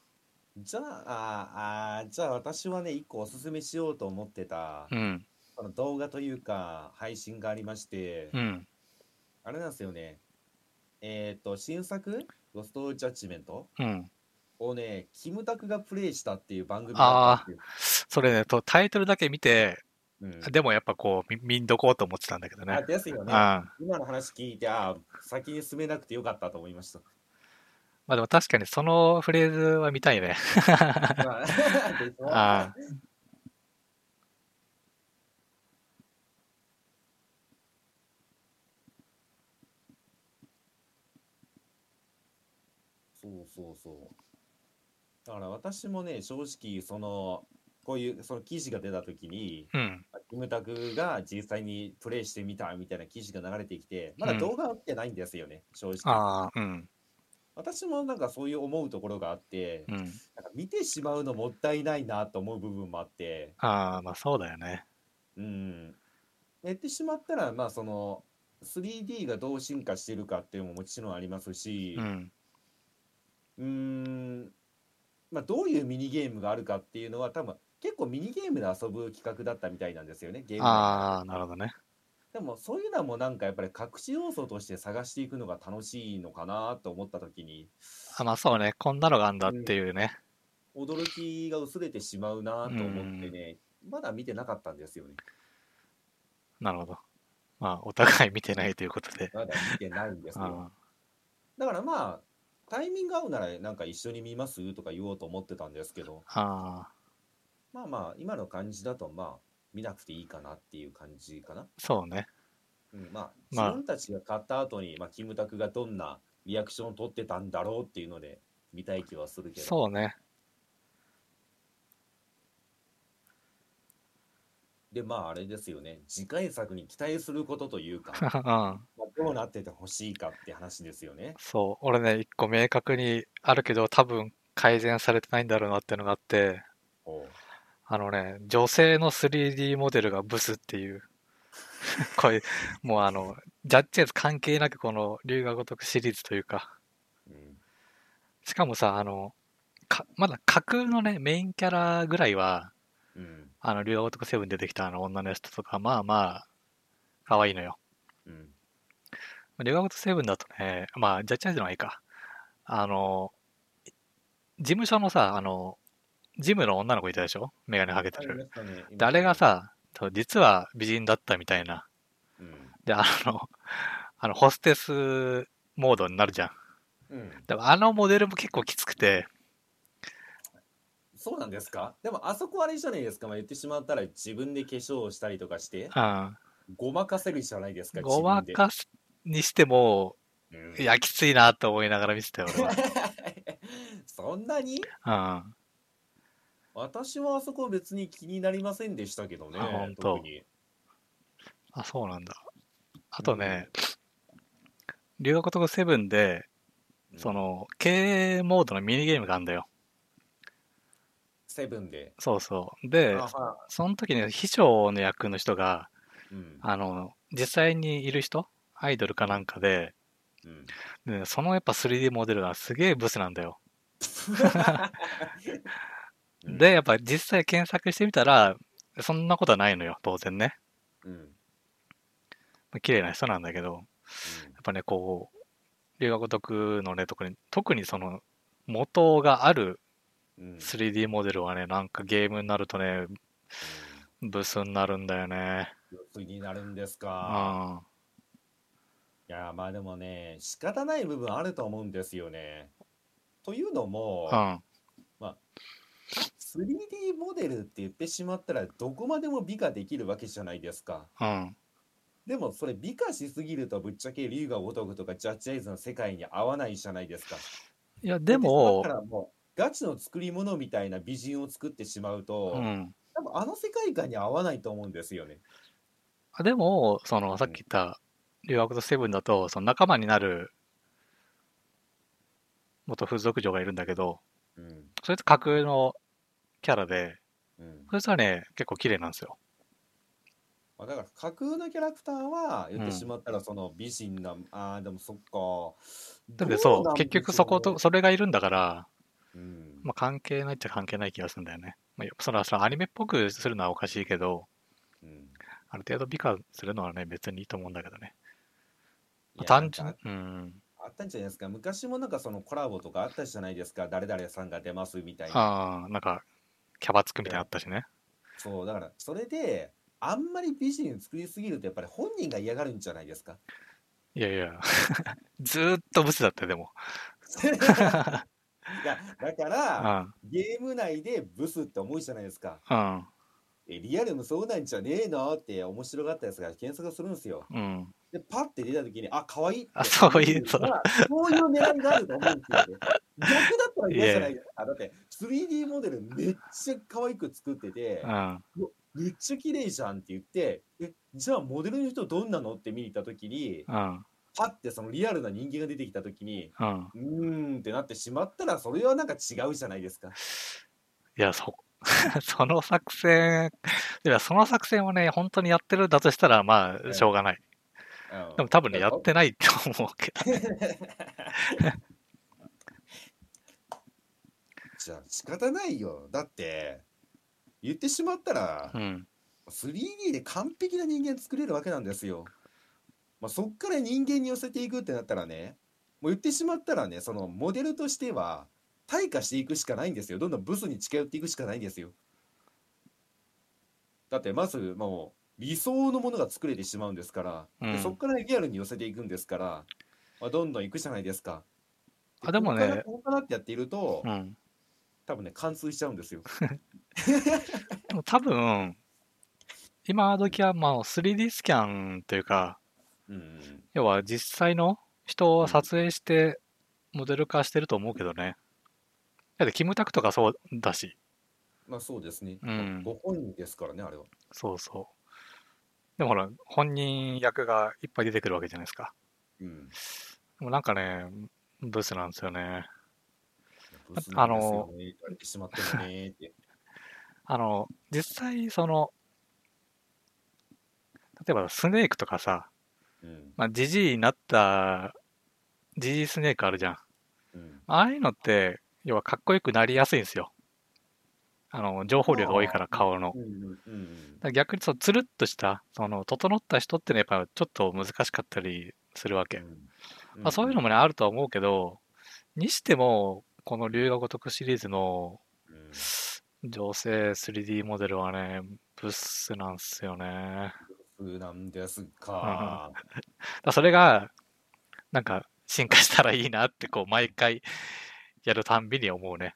B: じゃああーじゃあ私はね一個おすすめしようと思ってた
A: うん、
B: その動画というか配信がありまして
A: うん、
B: あれなんですよねえっと新作「ロストジャッジメント
A: うん。」
B: をねキムタクがプレイしたっていう番組があったんですよ
A: それね、とタイトルだけ見て、
B: うん
A: でもやっぱこう、み見んどこうと思ってたんだけど
B: あ
A: ね。
B: ですよ
A: うん。
B: ね
A: ま
B: 今の話聞いて、ああ、先に進めなくてよかったと思いました。
A: あでも確かにそのフレーズは見たいね。
B: まあ でしょ
A: あ
B: そうそうそう。だから私もね、正直、その、こういうその記事が出たときに、
A: うん。
B: キムタクが実際にプレイしてみたみたいな記事が流れてきて、ま
A: う
B: だ
A: ん
B: 動画は見てないんですよね、正直。
A: ああ、うん、
B: 私もなんかそういう思うところがあって、
A: うん。
B: なんか見てしまうのもったいないなと思う部分もあって、
A: ああ、まあそうだよね。
B: うん。やってしまったら、まあその 3D がどう進化してるかっていうのももちろんありますし
A: う、ん、
B: うーん、まあどういうミニゲームがあるかっていうのは多分結構ミニゲームで遊ぶ企画だったみたいなんですよね、ゲーム内
A: ああ、なるほどね。
B: でもそういうのもなんかやっぱり隠し要素として探していくのが楽しいのかなと思った時に
A: あまあそうね、こんなのがあんだっていうね。
B: 驚きが薄れてしまうなと思ってね、まだ見てなかったんですよね。
A: なるほど。まあお互い見てないということで。
B: まだ見てないんですよ。
A: あ
B: だからまあタイミング合うならなんか一緒に見ますとか言おうと思ってたんですけど
A: あー、
B: まあまあ今の感じだとまあ見なくていいかなっていう感じかな、
A: そうね。
B: うん、まあ
A: まあ
B: 自分たちが買った後に、まあ、キムタクがどんなリアクションを取ってたんだろうっていうので見たい気はするけど
A: そうね。
B: で、まああれですよね、次回作に期待すること というか、
A: うん。
B: まあどうなっててほしいかって話ですよね。
A: そう、俺ね、一個明確にあるけど、多分改善されてないんだろうなっていうのがあって、
B: おう
A: あのね、女性の 3D モデルがブスっていう、 こういう、もうあの、ジャッジエイズ関係なくこの龍が如くシリーズというか、
B: うん
A: しかもさ、あの、かまだ架空のね、メインキャラぐらいは、
B: うん
A: あの、龍が如くセブンに出てきたあの女の人とか、まあまあ、可愛いのよ。
B: うん
A: レガゴトセブンだとね、まあ、ジャッジアイズのはいいか。あの、事務所のさ、あの、ジムの女の子いたでしょメガネかけて
B: ありま
A: る。
B: したね今
A: であれがさ、そう実は美人だったみたいな。
B: うん
A: で、あの、あの、ホステスモードになるじゃん。
B: うん
A: でもあのモデルも結構きつくて、
B: そうなんですかでもあそこあれじゃないですか、まあ、言ってしまったら自分で化粧をしたりとかして
A: うん。
B: ごまかせるじゃないですか
A: ごまかすにしても、
B: 自分で
A: いや、きついなと思いながら見てたよ、 俺
B: うん そんなに
A: は。うん。
B: 私はあそこ別に気になりませんでしたけどね
A: あ本当
B: 特に
A: あ、そうなんだ。あとね、留学とセブンで、その、経営モードのミニゲームがあるんだよ。
B: セブンで、
A: そうそう。で
B: あ、は
A: その時に秘書の役の人が、
B: うん
A: あの、実際にいる人アイドルかなんかで、
B: うん、
A: でそのやっぱ 3D モデルがすげえブスなんだよ。
B: うん
A: で、やっぱ実際検索してみたら、そんなことはないのよ、当然ね。
B: うんうん
A: 綺麗な人なんだけど、やっぱね、こう、留学特のね、特に、特にその、元がある
B: うんうん
A: 3D モデルはね、なんかゲームになるとね、ブスになるんだよね。
B: 気になるんです
A: う
B: か
A: ん。
B: いやまあでもね仕方ない部分あると思うんですよねというのも、
A: うん。
B: 3D モデルって言ってしまったらどこまでも美化できるわけじゃないですか。
A: うん。
B: でもそれ美化しすぎるとぶっちゃけ龍が如くとかジャッジアイズの世界に合わないじゃないですか。
A: いや、でも
B: だ、からもうガチの作り物みたいな美人を作ってしまうと、
A: うん。
B: 多分あの世界観に合わないと思うんですよね。
A: あでも、その、さっき言った、留学とセブンだと、その仲間になる、元風俗嬢がいるんだけど、
B: うん
A: そいつ架空のキャラで、
B: うん
A: そいつはね、結構綺麗なんですよ。
B: まあ、だから架空のキャラクターは言ってしまったらその美人な、ああでもそっか。
A: だってそ
B: どな
A: う、
B: んでしょ
A: 結局そこと、、それがいるんだから、
B: うん
A: まあ関係ないっちゃ関係ない気がするんだよね。まあ、それはそのアニメっぽくするのはおかしいけど、
B: うん
A: ある程度美化するのはね、別にいいと思うんだけどね。
B: いや
A: 単純
B: なん
A: に
B: か、
A: うん。
B: あったんじゃないですか昔もなんかそのコラボとかあったじゃないですか誰々さんが出ますみたいな
A: ああ、なんか、キャバつくみたいなのあったしね。
B: そうだからそれであんまり美人作りすぎるとやっぱり本人が嫌がるんじゃないですか
A: いやいや、 ずーっとブスだったよ、でも。
B: いやだか
A: う
B: ら
A: ん。
B: ゲーム内でブスって思うじゃないですか
A: うん。
B: えリアルもそうなんじゃねえのって面白かったやつが検索するんですよ
A: うん。
B: でパッて出た時にあ可愛いって
A: あそういう
B: そうそういう狙いがあると思うんですよね逆だったら嫌じゃないですかだって 3D モデルめっちゃ可愛く作ってて、
A: うん。
B: めっちゃ綺麗じゃんって言って、え、じゃあモデルの人どんなのって見に行った時
A: う
B: に、
A: ん。
B: パッてそのリアルな人間が出てきた時に、
A: うん。
B: うーんってなってしまったら、それはなんか違うじゃないですか。
A: いや、そ、その作戦、いや、その作戦をね、本当にやってるんだとしたら、ま
B: え
A: あ、
B: え
A: しょうがない。
B: うん
A: でも多分ね、や
B: だか
A: っ
B: ら
A: てないと思うけど。
B: じゃあ仕方ないよ。だって、言ってしまったら
A: う、ん。
B: 3D で完璧な人間作れるわけなんですよ。まあ、そっから人間に寄せていくってなったらね、もう言ってしまったらね、そのモデルとしては、退化していくしかないんですよ。どんどんブスに近寄っていくしかないんですよ。だってまずもう理想のものが作れてしまうんですから、で
A: うん
B: そこからリアルに寄せていくんですから、まあ、どんどんいくじゃないですか。
A: あでもね
B: こうかなこうかなってやっていると、
A: うん。
B: 多分ね、貫通しちゃうんですよ。
A: でも多分、今時は、まあ、3D スキャンというか、
B: うんうん
A: 要は実際の人を撮影して、モデル化してると思うけどね。だって、キムタクとかそうだし。
B: まあそうですね。
A: うん
B: ご本人ですからね、あれは。
A: そうそう。でもほら、本人役がいっぱい出てくるわけじゃないですか。
B: うん。
A: でもなんかね、ブスなんですよね。
B: ブスな
A: あ
B: んですよ
A: の
B: ね、言われてしまったのねって。
A: あの、実際、その、例えばスネークとかさ、
B: うん。
A: まあ、ジジイになった、ジジイスネークあるじゃん。
B: うん。
A: ああいうのって、要はかっこよくなりやすいんですよ。あの、情報量が多いから、
B: あー
A: 顔の
B: う。んうんうん
A: だから逆にそう、つるっとした、その、整った人ってのはやっぱちょっと難しかったりするわけ。
B: うん。
A: まあ、そういうのもね、あるとは思うけど、にしても、この龍が如くシリーズの
B: うん
A: 女性 3D モデルはね、ブッスなんすよね。
B: ブスなんですか。
A: だからそれが、なんか、進化したらいいなって、こう、毎回やるたんびに思うね。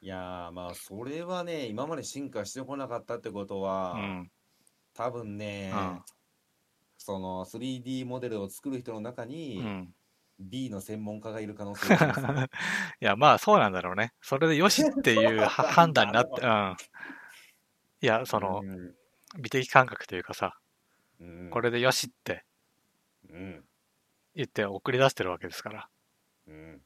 B: いやーまあそれはね今まで進化してこなかったってこと
A: う
B: は、
A: ん。
B: 多分ね、
A: うん
B: その 3D モデルを作る人の中
A: う
B: に、
A: ん。
B: B の専門家がいる可能性がありますね
A: いや、まあそうなんだろうね。それでよしっていうは判断に なって、うん。いや、 その、
B: うん
A: 美的感覚というかさ、
B: うん
A: これでよしって
B: うん
A: 言って送り出してるわけですから。
B: うん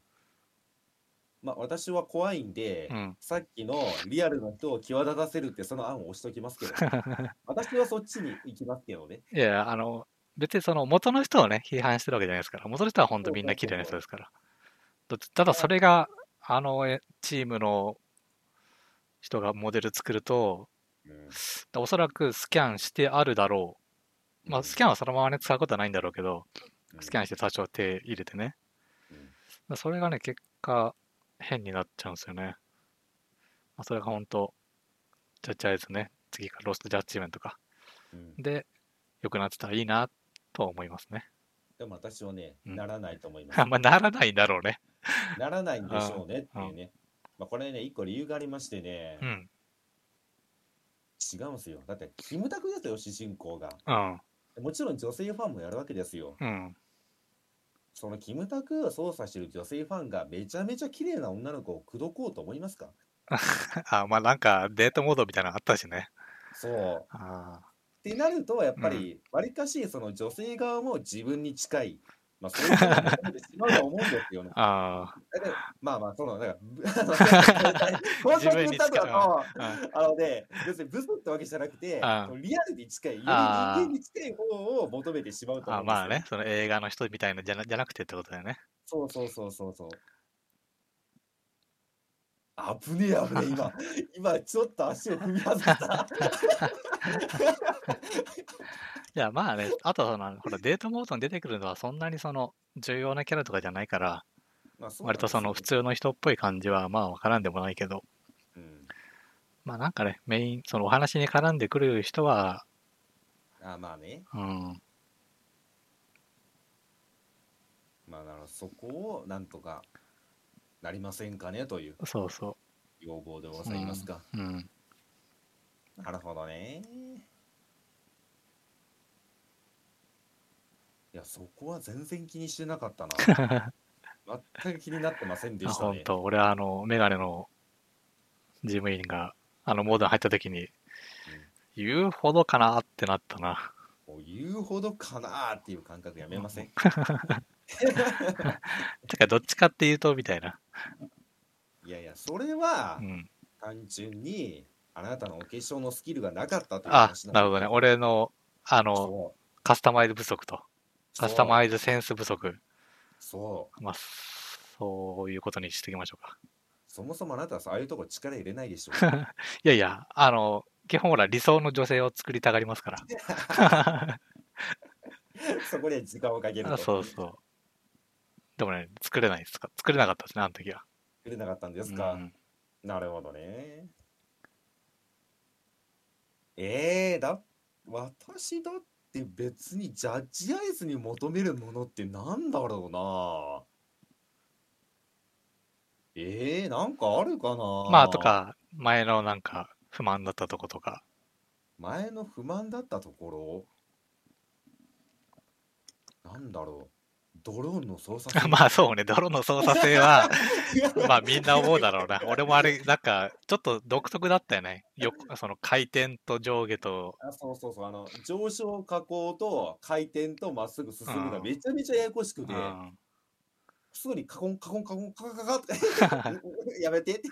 B: まあ私は怖いんで、
A: うん。
B: さっきのリアルな人を際立たせるってその案を押しときますけ ど私はそっちに行きますけどね
A: いや、あの、別にその元の人をね、批判してるわけじゃないですから、元の人は本当みんな綺麗な人ですから。だただそれが、あのえチームの人がモデル作ると、
B: うん
A: おそらくスキャンしてあるだろう。まあスキャンはそのままね、使うことはないんだろうけど、スキャンして多少手入れてね。
B: うん
A: まあそれがね、結果、変になっちゃうんですよね。まあ、それが本当ジャッジアイズね、次からロストジャッジメントか。
B: うん
A: で、良くなってたらいいな、とは思いますね。
B: でも私はね、
A: うん
B: ならないと思 います
A: あんまならないんだろうね。
B: ならないんでしょうねっていうね。まあ、これね、一個理由がありましてね、
A: うん。
B: 違うんですよ。だって、キムタクですよ、主人公が。
A: うん。
B: もちろん女性ファンもやるわけですよ。
A: うん。
B: そのキムタクを操作してる女性ファンがめちゃめちゃ綺麗な女の子を口説こうと思い ますか
A: あ、まあなんか、デートモードみたいなのあったしね。
B: そう。
A: あ
B: ってなると、やっぱり、わりかし、その女性側も自分に近い。 まあ、そういうことになってしまうと思うんですよね
A: あ。。あ
B: だけどまあまあ、その、なん か、この
A: 自分に近い
B: キムタクだと、
A: あ。うん
B: あのね、別にブスってわけじゃなくて、
A: ああ
B: そのリアルに近い、より人
A: ああ
B: 間に近い方を求めてしまうと思
A: あ
B: うんですよ。
A: まあね、その映画の人みたいなじゃなじゃなくてってことだよね。
B: そうそうそうそうそう。危ねえ危ねえ、 今、今ちょっと足を踏み外した。
A: いや、まあね、あとその、ほら、デートモードに出てくるのはそんなにその、重要なキャラとかじゃないから、
B: まあそうなん
A: 割とその普
B: です
A: 通の人っぽい感じはまあわからんでもないけど、
B: よね
A: まあなんかね、メイン、そのお話に絡んでくる人は、
B: うん、あまあね、
A: うん、
B: まあならそこをなんとかなりませんかねという
A: そうそ
B: 要望でございますか。
A: う、うん。
B: なるほどね。いや、そこは全然気にしてなかったな。全く気になってませんで
A: あ、
B: した
A: ほ
B: ね
A: ん。と、俺はあの、メガネの事務員が、あのモードに入った時に、言うほどかなってなったな。
B: もう言うほどかなーっていう感覚やめません。
A: てか、どっちかっていうと、みたいな。
B: いやいや、それは
A: うん。
B: 単純にあなたのお化粧のスキルがなかったという
A: あ
B: 話、
A: なるほどね。俺の、あ
B: の
A: の、
B: そう
A: カスタマイズ不足と、カスタマ
B: イ
A: イズセンス不足。
B: そう。
A: まあ、そういうことにしていきましょうか。
B: そもそもあなたはさああいうとこ力入れないでしょ。
A: いやいや、あの、基本ほら理想の女性を作りたがります から。
B: そこで時間をかけると。
A: あ そうそう。でもね、作れないですか。作れなかったですね、あの時は。
B: くれなかったんですか。
A: うん
B: なるほどね。えー、だ、私だって別にジャッジアイズに求めるものってなんだろうな。えー、なんかあるかな。
A: まあ、と。か、前のなんか不満だったとことか。
B: 前の不満だったところ。なんだろう。ドローンの操作性
A: まあそうね、泥の操作性 は、まあみんな思うだろうな。俺もあれ、なんか、ちょっと独特だったよね。よその回転と上下と、
B: あそうそうそうあの上昇下降と回転とまっすぐ進む
A: う
B: が
A: ん
B: めちゃめちゃややこしく
A: う
B: て、
A: ん、
B: すぐにカコンカコンカコンカカカカって やめてって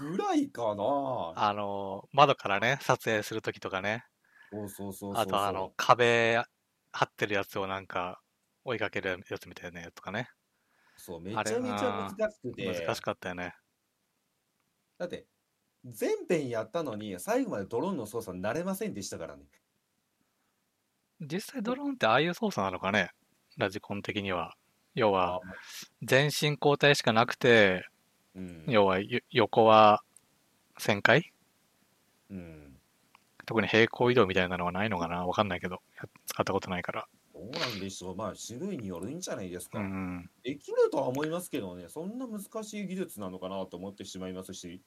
B: ぐらいかな
A: あの、窓からね、撮影するときとかね。
B: そうそうそうそうそう
A: あと、あの、壁張ってるやつをなんか、追いかけるやつみたいなやつとかね。
B: そうめち
A: あ
B: ゃ
A: れ
B: めちゃ難しくて
A: 難しかったよね。
B: だって全編やったのに最後までドローンの操作慣れませんでしたからね
A: 実際ドローンってああいう操作なのかねラジコン的には。要は
B: あ、
A: 全身交代しかなくて、
B: うん
A: 要はよ横は旋回
B: うん
A: 特に平行移動みたいなのはないのかなわかんないけど、や使ったことないから。
B: どうなんでしょうまあ種類によるんじゃないですか、
A: うん。
B: できるとは思いますけどねそんな難しい技術なのかなと思ってしまいますし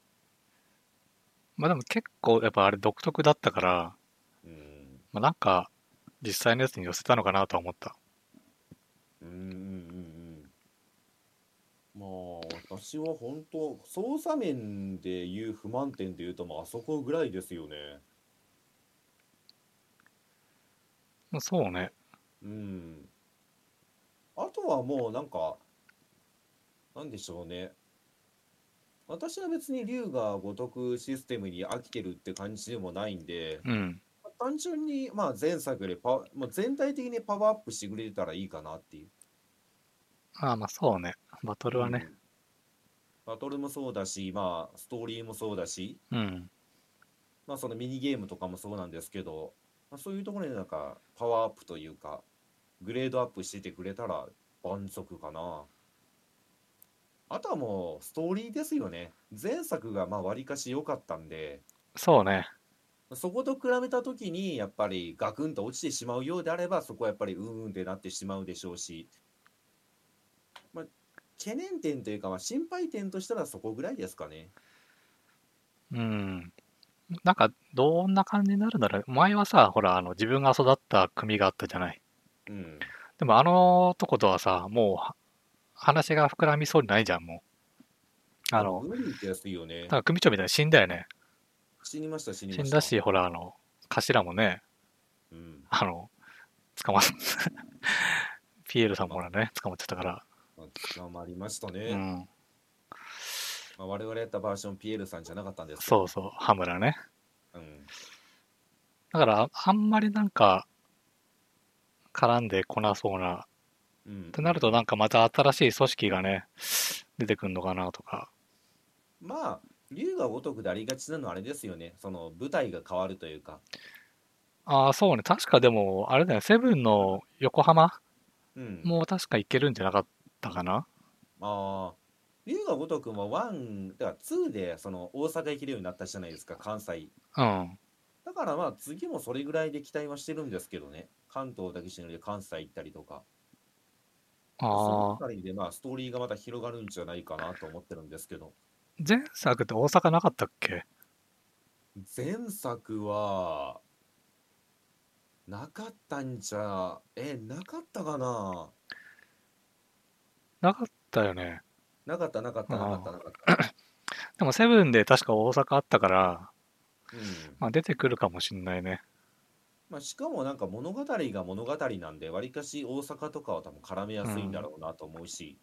A: まあでも結構やっぱあれ独特だったから、
B: うん
A: まあなんか実際のやつに寄せたのかなとは思った。
B: うんうんうんうんまあ私は本当操作面でいう不満点でいうとまああそこぐらいですよね
A: まあそうね。
B: うんあとはもうなんかなんでしょうね私は別に竜が如くシステムに飽きてるって感じでもないんで
A: うん。
B: 単純にまあ前作よりパワーもう全体的にパワーアップしてくれてたらいいかなっていう
A: ああまあそうね。バトルはね。
B: うんバトルもそうだし、まあ、ストーリーもそうだし、
A: うん。
B: まあ、そのミニゲームとかもそうなんですけど、まあ、そういうところでなんかパワーアップというかグレードアップしててくれたら満足かなあとはもうストーリーですよね前作がまあ割かし良かったんで
A: そうね。
B: そこと比べた時にやっぱりガクンと落ちてしまうようであればそこはやっぱりうんうんってなってしまうでしょうし、まあ、懸念点というかまあ心配点としたらそこぐらいですかね。
A: うん。なんかどんな感じになるんだろう。前はさ、ほらあの自分が育った組があったじゃない。
B: うん、
A: でもあのとことはさ、もうは話が膨らみそうにないじゃん、もう。あの、
B: 無理ですよね
A: だか。ら組長みたいに死んだよね。
B: 死にました死にまし
A: 死
B: た。
A: んだし、ほら、あの、頭もね、
B: うん
A: あの、捕まっ ピエールさんもほらね、捕まっちゃったから。
B: まあ、捕まりましたね、
A: うん。
B: まあ。我々やったバージョンピエールさんじゃなかったんですけど
A: そうそう、羽村ね。
B: うん
A: だから、あんまりなんか、絡んでこなそうな。
B: うん
A: ってなると、なんかまた新しい組織がね、出てくんのかなとか。
B: まあ龍が如くでありがちなのはあれですよねその舞台が変わるというか、
A: ああ、そうね。確かでも、あれだよね、セブンの横浜
B: うん、
A: も確か行けるんじゃなかったかな
B: ああ、龍が如くも1、だから2でその大阪行けるようになったじゃないですか、関西。
A: うん。
B: だからまあ次もそれぐらいで期待はしてるんですけどね。関東だけじゃなくて関西行ったりとか。
A: ああ
B: その。辺りでまあストーリーがまた広がるんじゃないかなと思ってるんですけど。
A: 前作って大阪なかったっけ
B: 前作は、なかったんじゃ、え、なかったかな
A: なかったよね。
B: なかったなかった
A: あー
B: なかったなかった。
A: でもセブンで確か大阪あったから、
B: うん
A: まあ、出てくるかもしんないね。
B: まあ、しかもなんか物語が物語なんで、わりかし大阪とかは多分絡めやすいんだろうなと思うし。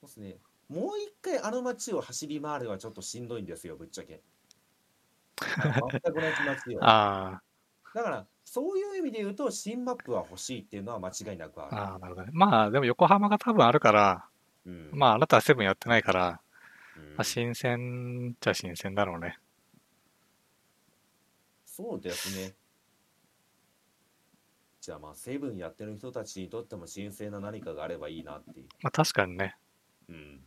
B: そうですね。もう一回あの街を走り回るはちょっとしんどいんですよ、ぶっちゃけ。あの全く同じ街を。だ
A: あ
B: から、そういう意味で言うと、新マップは欲しいっていうのは間違いなく
A: あ、
B: ある。
A: ああ、なるほどね。まあ、でも横浜が多分あるから、
B: うん
A: まあ、あなたはセブンやってないから、
B: うん
A: まあ、新鮮っちゃ新鮮だろうね。
B: そうですね。じゃあまあセブンやってる人たちにとっても神聖な何かがあればいいなっていう。
A: まあ、確かにね。
B: うん。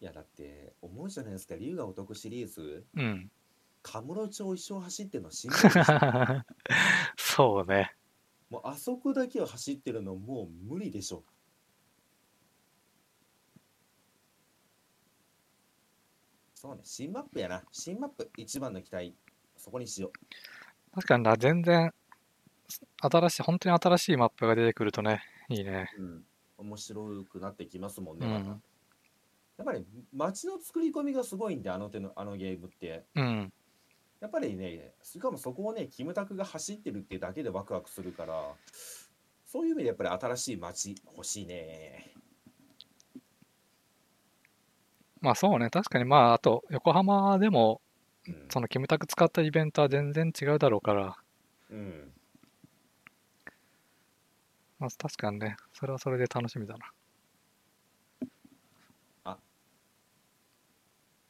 B: いやだって思うじゃないですか「龍がお得」シリーズ
A: うん。
B: カムロ町一生走ってるのしんどいです
A: そうね。
B: もうあそこだけを走ってるのもう無理でしょそうね、新マップやな。新マップ、一番の期待、そこにしよう。
A: 確かにな、全然、新しい、本当に新しいマップが出てくるとね、いいね。
B: うん。面白くなってきますもん
A: う
B: ね、また。
A: ん。
B: やっぱり街の作り込みがすごいんで、あの手の、あのゲームって。
A: うん。
B: やっぱりね、しかもそこをね、キムタクが走ってるってだけでワクワクするから、そういう意味でやっぱり新しい街欲しいね。
A: まあそうね、確かに、まあ、あと、横浜でも、
B: うん。
A: そのキムタク使ったイベントは全然違うだろうから、
B: うん、
A: まあ確かにね、それはそれで楽しみだな。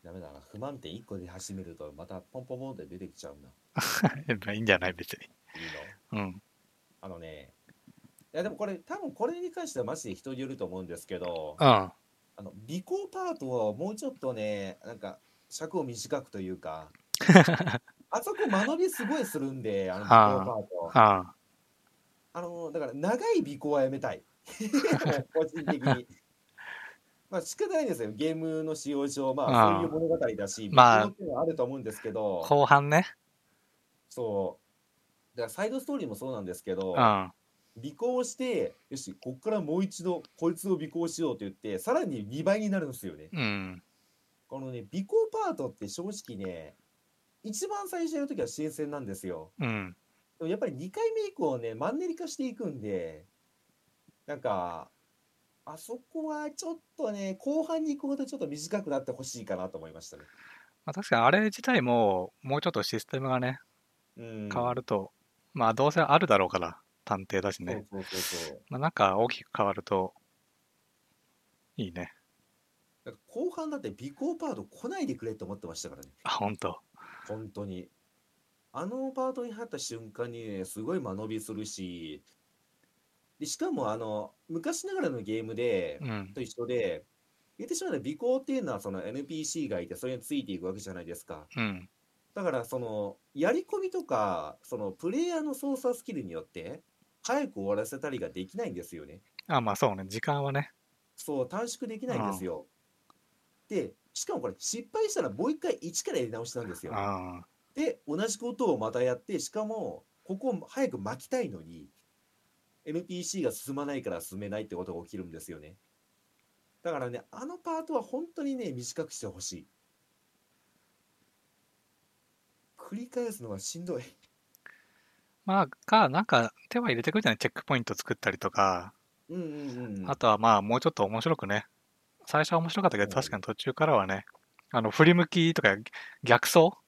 B: ダメだな。不満点1個で始めると、またポンポンポンって出てきちゃうんだ。
A: いいんじゃない、別に。
B: いいの
A: うん。
B: あのね、いやでもこれ、多分これに関してはマジで人によると思うんですけど、
A: うん。
B: あの尾行パートはもうちょっとね、なんか尺を短くというか、 あそこ間延びすごいするんで、あの
A: あ
B: 尾行パート。
A: あ
B: あのだから長い尾行はや めたい。個人的に。まあ仕方ないですよ、ゲームの使用上、まあ
A: あー
B: そういう物語だし、
A: まあ
B: 尾行っていうのはあると思うんですけ
A: あ、
B: ど、
A: 後半ね。
B: そう、だからサイドストーリーもそうなんですけど、
A: うん。
B: 尾行して、よし、こっからもう一度、こいつを尾行しようと言って、さらに2倍になるんですよね。
A: うん。
B: このね、尾行パートって正直ね、一番最初やるときは新鮮なんですよ。
A: うん。
B: でもやっぱり2回目以降ね、マンネリ化していくんで、なんか、あそこはちょっとね、後半に行くほどちょっと短くなってほしいかなと思いましたね。
A: まあ、確かにあれ自体も、もうちょっとシステムがね、
B: うん、
A: 変わると、まあどうせあるだろうから、探偵だしね。
B: そうそうそうそう。
A: まあ、なんか大きく変わると、いいね。
B: なんか後半だって尾行パート来ないでくれって思ってましたからね。
A: あ、ほんと。
B: 本当にあのパートに入った瞬間にねすごい間延びするしでしかもあの昔ながらのゲームで
A: うん。
B: と一緒で言ってしまえば尾行っていうのはその NPC がいてそれについていくわけじゃないですか
A: うん。
B: だからそのやり込みとかそのプレイヤーの操作スキルによって早く終わらせたりができないんですよね
A: あ、まあそうね。時間はね。
B: そう短縮できないんですよでしかもこれ失敗したらもう一回一からやり直しなんですよ
A: あ
B: で同じことをまたやってしかもここを早く巻きたいのに NPC が進まないから進めないってことが起きるんですよねだからねあのパートは本当にね短くしてほしい繰り返すのはしんどい
A: まあ、か、なんか手は入れてくるじゃないチェックポイント作ったりとか、
B: うんうんうん
A: あとはまあもうちょっと面白くね。最初は面白かったけど、
B: うん
A: 確かに途中からはね、あの、振り向きとか逆走も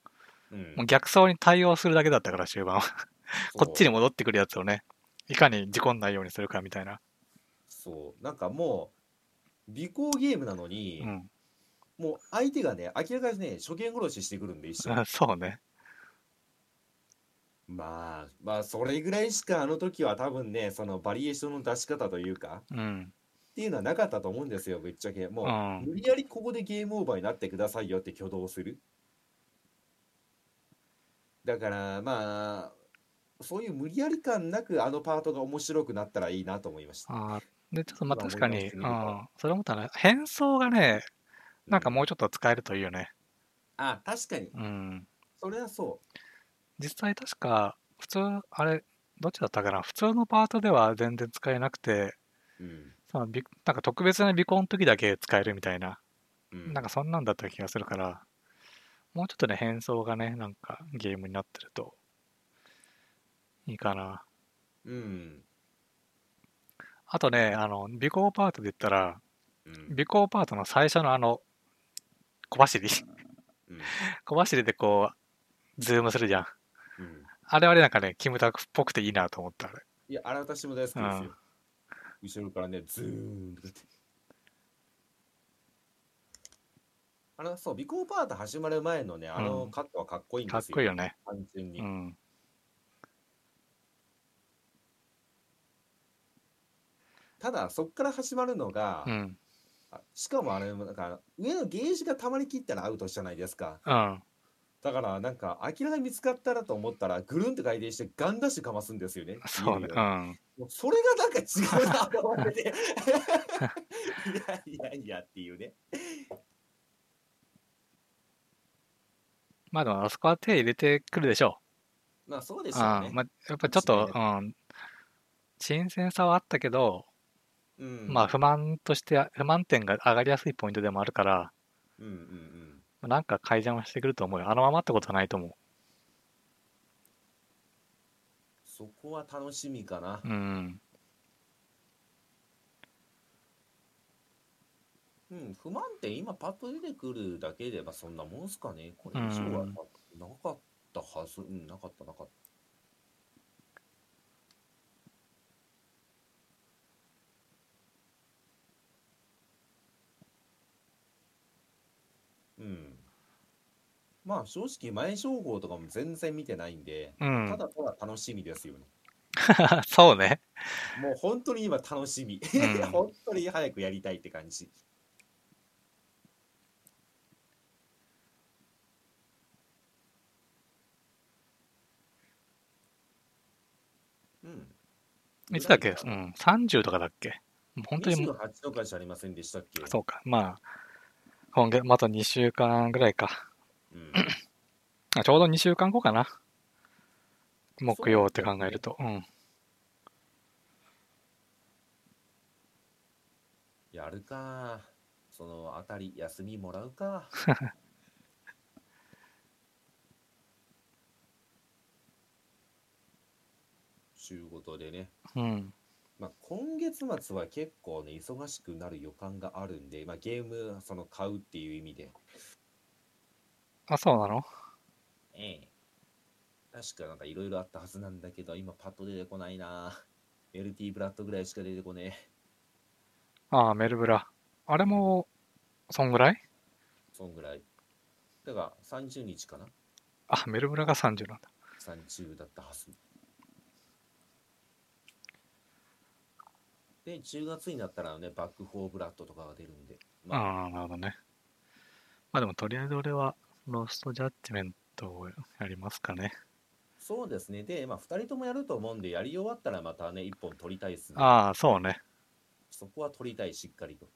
B: うん
A: う逆走に対応するだけだったから、終盤は。こっちに戻ってくるやつをね、いかに事故んないようにするかみたいな。
B: そうそうなんかもう尾行ゲームなのに、
A: うん。
B: もう相手がね明らかにね初見殺ししてくるんで一緒に
A: あ そうね。
B: まあまあそれぐらいしかあの時は多分ねそのバリエーションの出し方というかっ
A: うん。
B: ていうのはなかったと思うんですよぶっちゃけ
A: う
B: もう、
A: ん。
B: 無理やりここでゲームオーバーになってくださいよって挙動をするだからまあそういう無理やり感なくあのパートが面白くなったらいいなと思いました
A: ああ、で、ちょっとまあ
B: 今
A: 確か
B: 思い
A: に、
B: 出して
A: う
B: みると
A: ん、それ思ったら、変装がね、なんかもうちょっと使えるといいよね。
B: あ確かに
A: うん。
B: それはそ
A: 実際確か、普通、あれ、どっちだったかな、普通のパートでは全然使えなくて、
B: ううん、
A: そのびなんか特別な尾行の時だけ使えるみたいな、
B: うん、
A: なんかそんなんだった気がするから、もうちょっとね、変装がね、なんかゲームになってると、いいかな。
B: うん
A: あとね、あの、尾行パートで言ったら、
B: うん
A: 尾行パートの最初のあの、小走り。
B: うん
A: 小走りでこう、ズームするじゃん。
B: うん
A: あれあれなんかね、キムタクっぽくていいなと思った、あれ。
B: いやあれ私も大好き
A: うん
B: ですよ後ろからねズーンってあのそう尾行パート始まる前のねあ
A: う
B: の
A: ん
B: カットはかっこいいん
A: か
B: で
A: っ
B: すよ、
A: こいいよね。
B: 単純に、
A: うん。
B: ただそっから始まるのが、
A: うん。
B: あしかもあれなんか上のゲージが溜まりきったらアウトじゃないですか
A: うん。
B: だからなんか明らかに見つかったらと思ったらぐるんと回転してガンダッシュかますんですよね
A: そうね。
B: 見える
A: う
B: よ
A: ん。
B: もうそれがなんか違うなと思って ていやいやいやっていうね
A: まあでもあそこは手入れてくるでしょ
B: まあそうで
A: う。
B: すよね
A: あ。まあ、やっぱちょっと、
B: そうです
A: うん、新鮮さはあったけど、
B: うん、
A: まあ不満として、不満点が上がりやすいポイントでもあるから、
B: うんうんうん。
A: なんか改善はしてくると思うよ。あのままってことはないと思
B: そこは楽しみかな
A: う。。うん。
B: うん、不満点、今パッと出てくるだけで、まあそんなもんすかね。これ以上は
A: うん
B: なかったはず。うん、なかったなかった。うん。まあ正直前称号とかも全然見てないんで、
A: う
B: た
A: ん。
B: だただ楽しみですよね。
A: そうね。
B: もう本当に今楽しみ。
A: うん
B: 本当に早くやりたいって感じ。うん。
A: いつだっけ
B: ぐらいうか
A: ん。30とかだっけもう本当にもう、
B: 28とかじゃありませんでしたっけ
A: そうか。まあ、今月、また2週間ぐらいか。
B: うん。
A: あちょうど2週間後かな。木曜って
B: そうだ
A: 考
B: ね
A: えると。うん。
B: やるか。そのあたり休みもらう か。ちゅうことでね。
A: うん。
B: まあ、今月末は結構ね、忙しくなる予感があるんで、まあ、ゲームその買うっていう意味で、
A: あ、そうなの
B: ええ、確かなんかいろいろあったはずなんだけど、今パッと出てこないな。LT ブラッドぐらいしか出てこねえ。
A: ああ、メルブラ。あれも、そんぐらい
B: そんぐらい。だから30日かな
A: あ、メルブラが30なんだ。
B: ?30 だったはず。で、10月になったらね、バックフォーブラッドとかが出るんで、まあ、
A: ああ、なるほどね。まあでも、とりあえず俺は、ロストジャッジメントをやりますかね。
B: そうですね。で、まあ、2人ともやると思うんで、やり終わったらまたね、1本取りたいですね。
A: ああ、そうね。
B: そこは取りたい、しっかりと。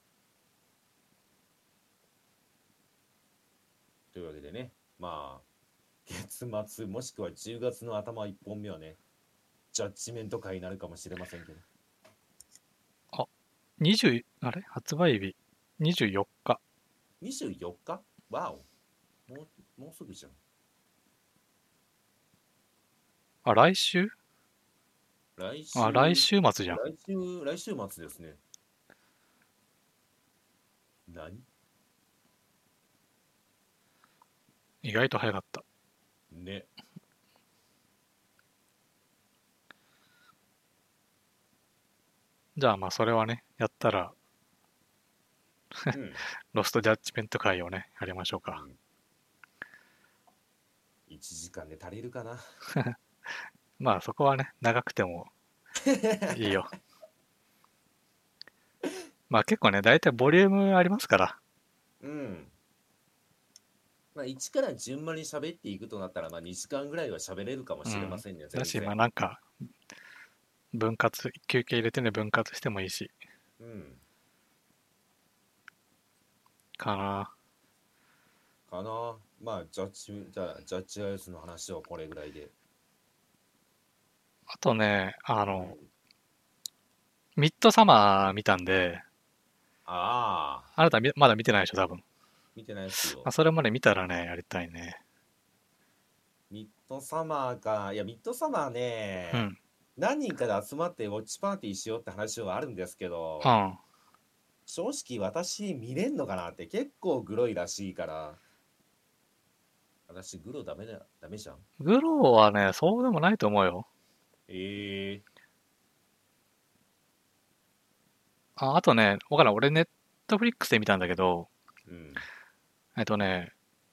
B: というわけでね、まあ、月末、もしくは10月の頭1本目はね、ジャッジメント会になるかもしれませんけど、
A: 20、あれ発売日24日。
B: 24日わおもうもうすぐじゃん。
A: あ、来週
B: 来週
A: あ、来週末じゃん。
B: 来週、来週末ですね。何
A: 意外と早かった。
B: ね。
A: じゃあ、まあ、それはね、やったら、
B: うん
A: ロストジャッジメント会をね、やりましょうか。
B: 1時間で足りるかな。
A: まあ、そこはね、長くてもいいよ。まあ、結構ね、大体ボリュームありますから。
B: うん。まあ、1から順番に喋っていくとなったら、まあ、2時間ぐらいは喋れるかもしれませんね、
A: だし、
B: 全
A: まあ、
B: 然。
A: なんか、分割、休憩入れてね、分割してもいいし、
B: うん。
A: かな。
B: かな。まあ、ジャッジ、じゃあ、ジャッジアイスの話はこれぐらいで。
A: あとね、あの、ミッドサマー見たんで、
B: ああ、
A: あなたみまだ見てないでしょ、多分。
B: 見てないっすよ
A: まあ、。それまで見たらね、やりたいね。
B: ミッドサマーか。いや、ミッドサマーね、
A: うん。
B: 何人かで集まってウォッチパーティーしようって話はあるんですけど、
A: うん。
B: 正直私見れんのかなって結構グロいらしいから。私、グロダメだ、ダメじゃん。
A: グローはね、そうでもないと思うよ。
B: ええ
A: ああとね、わからん、俺、ネットフリックスで見たんだけど、
B: うん。
A: えっとね、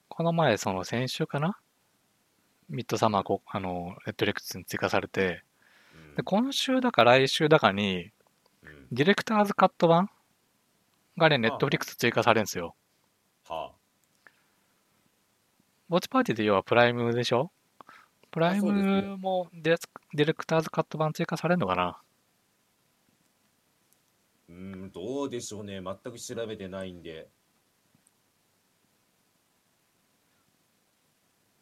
A: この前、その先週かなミッドサマーこ、あの、ネットフリックスに追加されて、で今週だか来週だかに、
B: うん
A: ディレクターズカット版がね、ネ
B: あ
A: ットフリックス追加されるんですよ。
B: は
A: ウォッチパーティーで要はプライムでしょプライ
B: そうですね
A: ムもディレディレクターズカット版追加されるのかな
B: うーん、どうでしょうね。全く調べてないんで。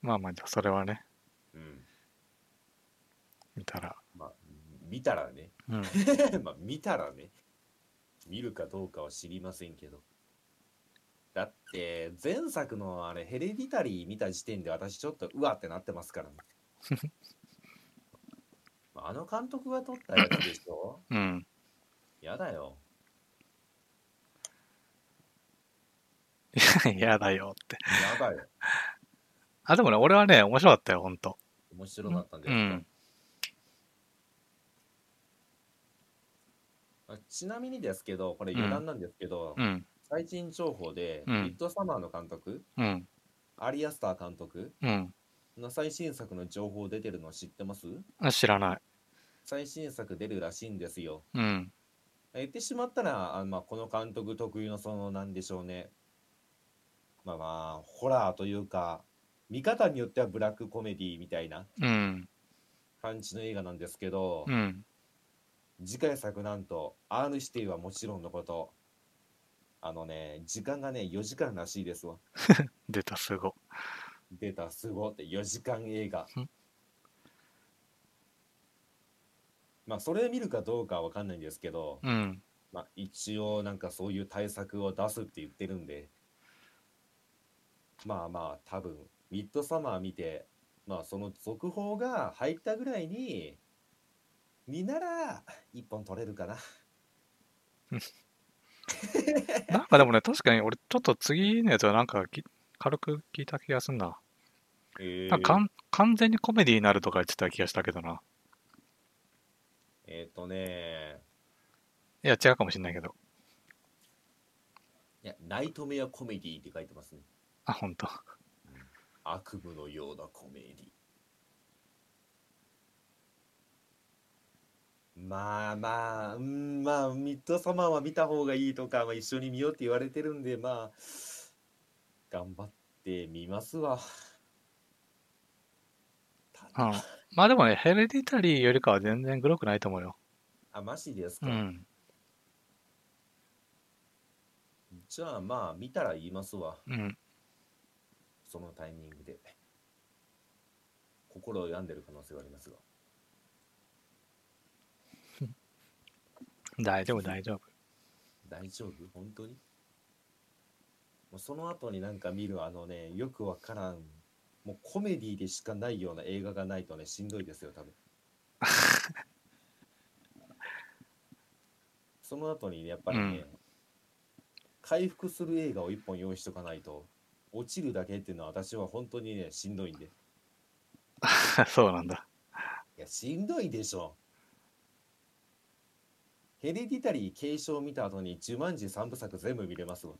A: まあまあ、じゃあそれはね、
B: うん。
A: 見たら。
B: まあ、見たらね。
A: うん。
B: まあ、見たらね。見るかどうかは知りませんけど。だって、前作のあれ、ヘレディタリー見た時点で私ちょっとうわってなってま すからね。まああの監督が撮ったやつでしょ
A: うん。
B: やだよ。
A: 嫌だよって。
B: やだよ。
A: あ、でもね、俺はね、面白かったよ、ほんと。
B: 面白かったんです
A: う
B: か、
A: ん。
B: あちなみにですけど、これ余談なんですけど、
A: うん。
B: 最新情報で、
A: うん
B: ミッドサマーの監督、
A: うん。
B: アリアスター監督
A: うん。
B: の最新作の情報出てるの知ってます
A: あ知らない。
B: 最新作出るらしいんですよ。
A: うん。
B: 言ってしまったら、あまあ、この監督特有のそのなんでしょうね。まあまあ、ホラーというか、見方によってはブラックコメディみたいな
A: うん。
B: 感じの映画なんですけど、
A: うん。
B: 次回作なんと、R 指定はもちろんのこと、あのね、時間がね、4時間らしいですわ。
A: 出た、すご。
B: 出た、すごって、4時間映画
A: うん。
B: まあ、それ見るかどうかはわかんないんですけど、
A: うん。
B: まあ、一応なんかそういう対策を出すって言ってるんでまあまあ多分ミッドサマー見てまあその続報が入ったぐらいにになら一本取れるかな
A: なんかでもね、確かに俺、ちょっと次のやつはなんかき軽く聞いた気がすんな。
B: え
A: なんかかん完全にコメディになるとか言ってた気がしたけどな。
B: えっ、とね
A: いや、違うかもしんないけど。
B: いやナイトメアコメディって書いてますね
A: あ、ほんと。
B: 悪夢のようなコメディまあまあ、うん、まあ、ミッドサマーは見た方がいいとか、まあ、一緒に見ようって言われてるんで、まあ、頑張ってみますわ。
A: うん。まあでもね、ヘレディタリーよりかは全然グロくないと思うよ。
B: あ、マジです
A: う
B: か、
A: ん。
B: じゃあまあ、見たら言いますわ。
A: うん。
B: そのタイミングで。心を病んでる可能性はありますが。
A: 大丈夫、大丈夫。
B: 大丈夫本当にもうその後になんか見るあのねよくわからんもうコメディでしかないような映画がないとねしんどいですよ 多分その後にねやっぱりね、
A: うん
B: 回復する映画を一本用意しとかないと落ちるだけっていうのは私は本当にねしんどいんでい
A: そうなんだ。
B: やしんどいでしょヘレディタリー継承見た後に10万字3部作全部見れますわ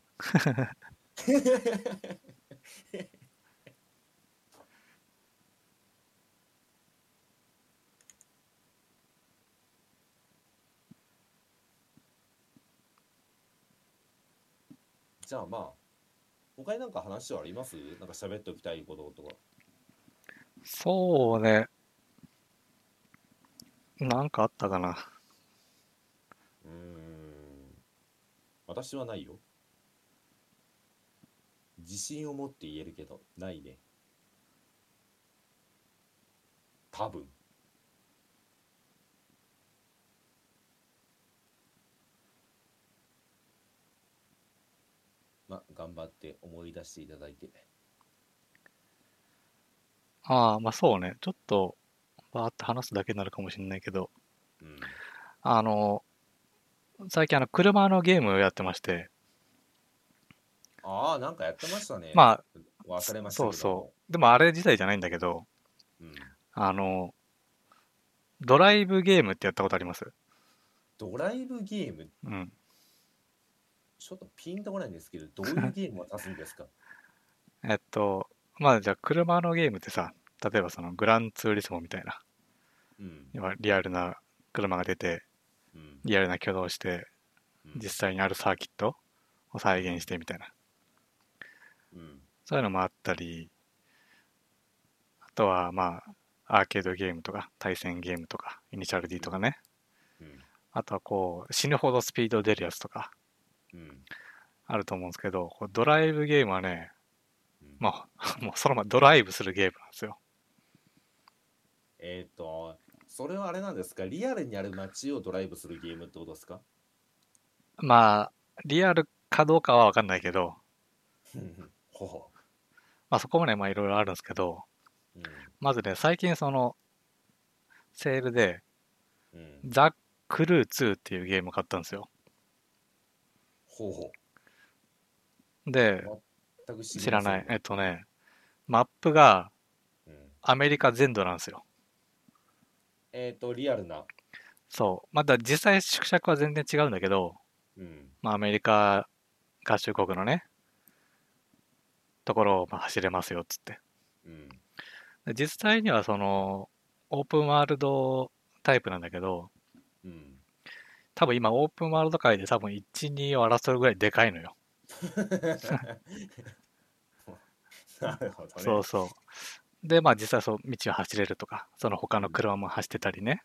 B: じゃあまあ他になんか話はありますなんか喋っておきたいこととか
A: そうね。なんかあったかな。
B: うーん私はないよ自信を持って言えるけどないね多分まあ頑張って思い出していただいて
A: ああ、まあそうね。ちょっと、バーって話すだけになるかもしんないけど、
B: うん
A: あの、最近あの、車のゲームをやってまして、
B: ああなんかやってましたね
A: まあ、
B: あ忘れましたけ
A: そう
B: ど
A: そう。でもあれ自体じゃないんだけど、
B: う、うん、
A: あの、ドライブゲームってやったことあります
B: ドライブゲーム
A: うん。
B: ちょっとピンとこないんですけどどういうゲームを出すんですか
A: えっと、まあじゃあ車のゲームってさ、例えばそのグランツーリスモみたいな、
B: うん
A: 要はリアルな車が出て、
B: うん
A: リアルな挙動をして、
B: うん
A: 実際にあるサーキットを再現してみたいな、
B: うん
A: そういうのもあったり、あとはまあ、アーケードゲームとか、対戦ゲームとか、イニシャル D とかね、
B: うん
A: あとはこう、死ぬほどスピード出るやつとか、
B: うん
A: あると思うんですけど、こうドライブゲームはね、
B: うんうん
A: まあ、もうそのままドライブするゲームなんですよ。
B: えっ、と、それはあれなんですか、リアルにある街をドライブするゲームってことですか
A: まあ、リアルかどうかは分かんないけど、
B: ほほ、
A: まあそこまでまあいろいろあるんですけど、
B: うん
A: まずね、最近その、セールで、
B: うん、
A: ザ・クルー2っていうゲーム買ったんですよ。
B: ほうほ
A: で、
B: う全く知り
A: 知ら
B: ません
A: ない。えっとね、マップが
B: うん
A: アメリカ全土なんですよ。
B: えっ、と、リアルな。
A: そう。まだ実際縮尺は全然違うんだけど、
B: うん。
A: まあアメリカ合衆国のね、ところをまあ走れますよっつって。
B: うん。
A: で実際にはその、オープンワールドタイプなんだけど、
B: うん。
A: 多分今オープンワールド界で多分1、2を争うぐらいでかいのよ。
B: なるほどね。
A: そうそう。で、まあ実際そう、道を走れるとか、その他の車も走ってたりね、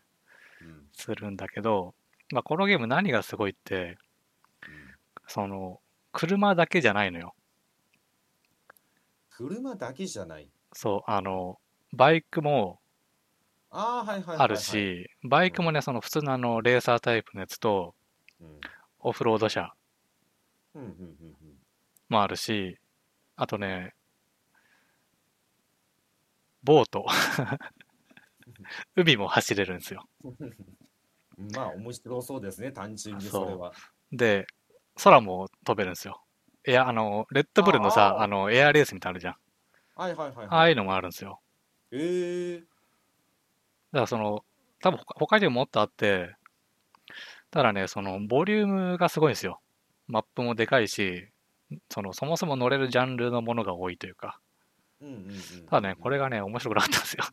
B: うん。うん。
A: するんだけど、まあこのゲーム何がすごいって、その、車だけじゃないのよ。
B: 車だけじゃない。
A: そう、あの、バイクも
B: ああ、はいはいはい、はい。
A: ある、し、バイクもね、その普通のあの、レーサータイプのやつと、
B: うん。
A: オフロード車
B: うんうんうんうん。
A: もあるし、あとね、ボート。海も走れるんですよ。
B: まあ面白そうですね単純にそれは
A: で、空も飛べるんですよ。いや、あの、レッドブルの
B: あ
A: さ、
B: ー
A: あの、エアレースみたいなのあるじゃん。
B: はいはいはい
A: ああ
B: はい
A: いうのもあるんですよ。
B: えー、
A: だからその、多分他他にももっとあって、ただね、その、ボリュームがすごいんですよ。マップもでかいし、その、そもそも乗れるジャンルのものが多いというか。
B: うんうんうん
A: ただね、これがね、面白くなかったんですよ。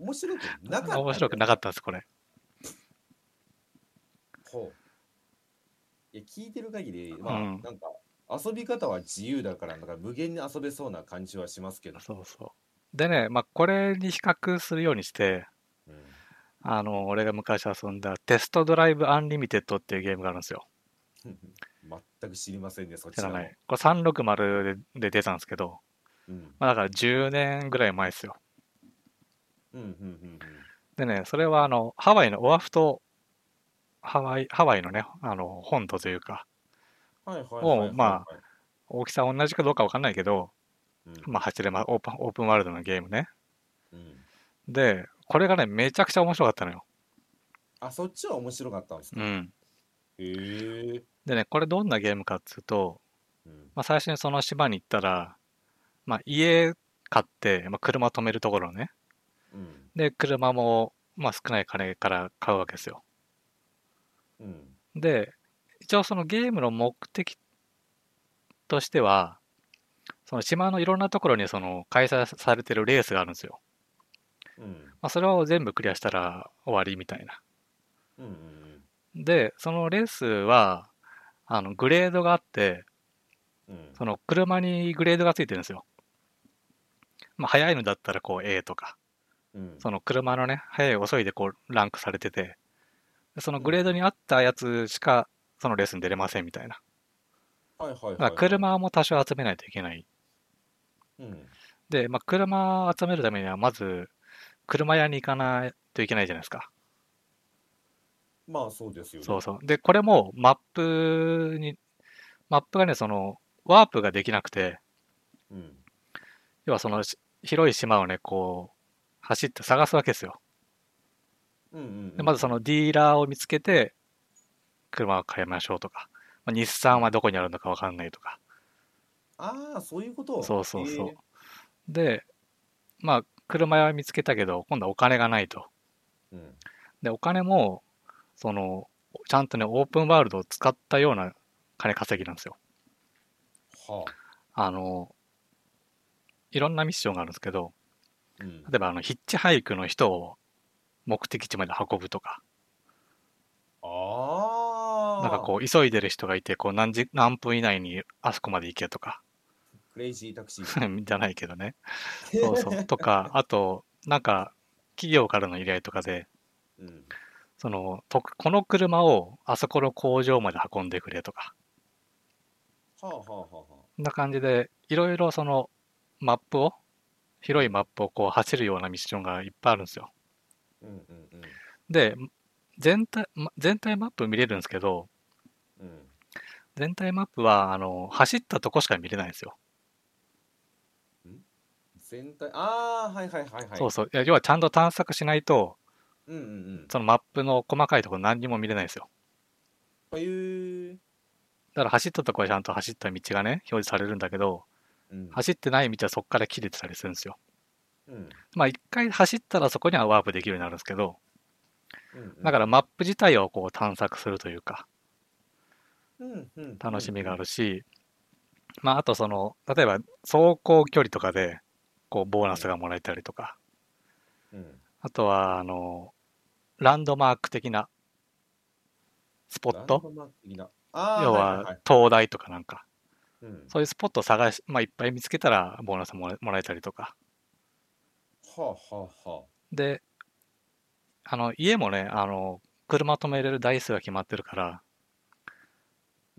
B: 面白くなかった
A: 面白くな
B: か
A: かったんです、これ。
B: ほういや聞いてる限りまあ、
A: うん
B: なんか遊び方は自由だからなんか無限に遊べそうな感じはしますけど、
A: そうそう。でね、まあ、これに比較するようにして、
B: うん、
A: あの、俺が昔遊んだテストドライブアンリミテッドっていうゲームがあるんですよ。
B: 全く知りませんねそち
A: 知
B: ら
A: ら
B: も
A: ない。これ360でで出たんですけど、
B: うん
A: まあ、だから10年ぐらい前ですよ。
B: うんうんうん
A: でね、それはあの、ハワイのオアフ島、ハワイ、ハワイのね、あの、本土というか、
B: うんはいはいはいはいはい
A: をま大きさ同じかどうかわかんないけど、
B: うん
A: まあ、走れま、オープン、オープンワールドのゲームね。
B: うん、
A: で、これがね、めちゃくちゃ面白かったのよ。
B: あそっちは面白かったんですか、
A: うん。
B: へえ
A: でね、これどんなゲームかっつうと、
B: うん
A: まあ、最初にその島に行ったら、まあ、家買って、まあ、車止めるところね。
B: うん
A: で、車も、まあ、少ない金から買うわけですよ。
B: うん
A: で、一応そのゲームの目的としては、その島のいろんなところにその開催されてるレースがあるんですよ。
B: うん
A: まあ、それを全部クリアしたら終わりみたいな。
B: うんうん
A: で、そのレースは、あの、グレードがあって、
B: うん
A: その車にグレードがついてるんですよ。まあ、速いのだったらこう A とか、
B: うん
A: その車のね、速い遅いでこうランクされてて、でそのグレードに合ったやつしかそのレースに出れませんみたいな。
B: はいはいはい
A: ま
B: は
A: あ、
B: い、
A: 車も多少集めないといけない
B: うん
A: で、まあ、車集めるためには、まず、車屋に行かないといけないじゃないですか。
B: まあそうですよね。
A: そうそう。で、これもマップに、マップがね、その、ワープができなくて、
B: うん。
A: 要はその、し広い島をね、こう、走って探すわけですよ。
B: うんうん、う
A: で、
B: ん。
A: まずそのディーラーを見つけて、車を買いましょうとか、まあ、日産はどこにあるのかわかんないとか、
B: ああ、そういうこと。
A: そうそうそう。で、まあ、車屋は見つけたけど、今度はお金がないと。
B: えーうん。
A: で、お金も、その、ちゃんとね、オープンワールドを使ったような金稼ぎなんですよ。
B: は
A: あの、いろんなミッションがあるんですけど、
B: あ。うん。
A: 例えば、あの、ヒッチハイクの人を目的地まで運ぶとか、
B: ああ。
A: なんかこう、急いでる人がいて、こう、何時、何分以内にあそこまで行けとか、
B: う。クレイジータクシー。
A: じゃないけどね。そうそう。と か、あと、なんか、企業からの依頼とかで、
B: うん。
A: その、とこの車をあそこの工場まで運んでくれとか、
B: はあはあはあは
A: な感じで、いろいろそのマップを、広いマップをこう走るようなミッションがいっぱいあるんですよ。
B: うんうん
A: で、全体、ま全体マップ見れるんですけど、
B: うんうん
A: 全体マップは、あの、走ったとこしか見れないんですよ。
B: 全体ああはいはいはいはい
A: そうそう。いや要はちゃんと探索しないと、
B: うんうんうん
A: そのマップの細かいところ何にも見れないんですよ。
B: という、
A: だから走ったとこはちゃんと走った道がね、表示されるんだけど、
B: うん、
A: 走ってない道はそこから切れてたりするんですよ。
B: うん
A: まあ一回走ったらそこにはワープできるようになるんですけど、
B: うん
A: だからマップ自体をこう探索するというか、
B: うんうん
A: 楽しみがあるし、まああとその、例えば走行距離とかで、こうボーナスがもらえたりとか、
B: うん
A: あとはあの、ランドマーク的なスポッ
B: ラン
A: ト
B: ドマーク的なあー
A: 要
B: はいはいは
A: はい灯台とかなんか、
B: うん
A: そういうスポットを探し、まあいっぱい見つけたらボーナスもらもらえたりとか、
B: はあはあは
A: で、あの、家もね、あの、車止めれる台数が決まってるから、
B: あ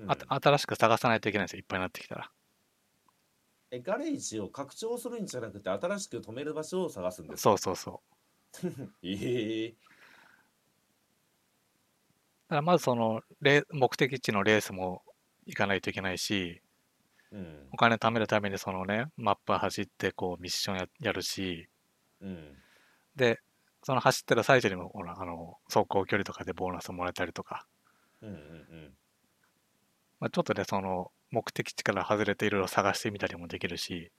B: うん
A: あた新しく探さないといけないんですよ、いっぱいになってきたら。
B: えガレージを拡張するんじゃなくて新しく止める場所を探すんですか
A: そうそうそう。
B: ええ
A: だからまずその、レー目的地のレースも行かないといけないし、
B: うん
A: お金貯めるためにそのね、マップ走ってこうミッションややるし、
B: うん
A: で、その走ってる最中にも、ほら、あの、走行距離とかでボーナスもらえたりとか、
B: うんうん
A: まあ、ちょっとね、その、目的地から外れていろいろ探してみたりもできるし、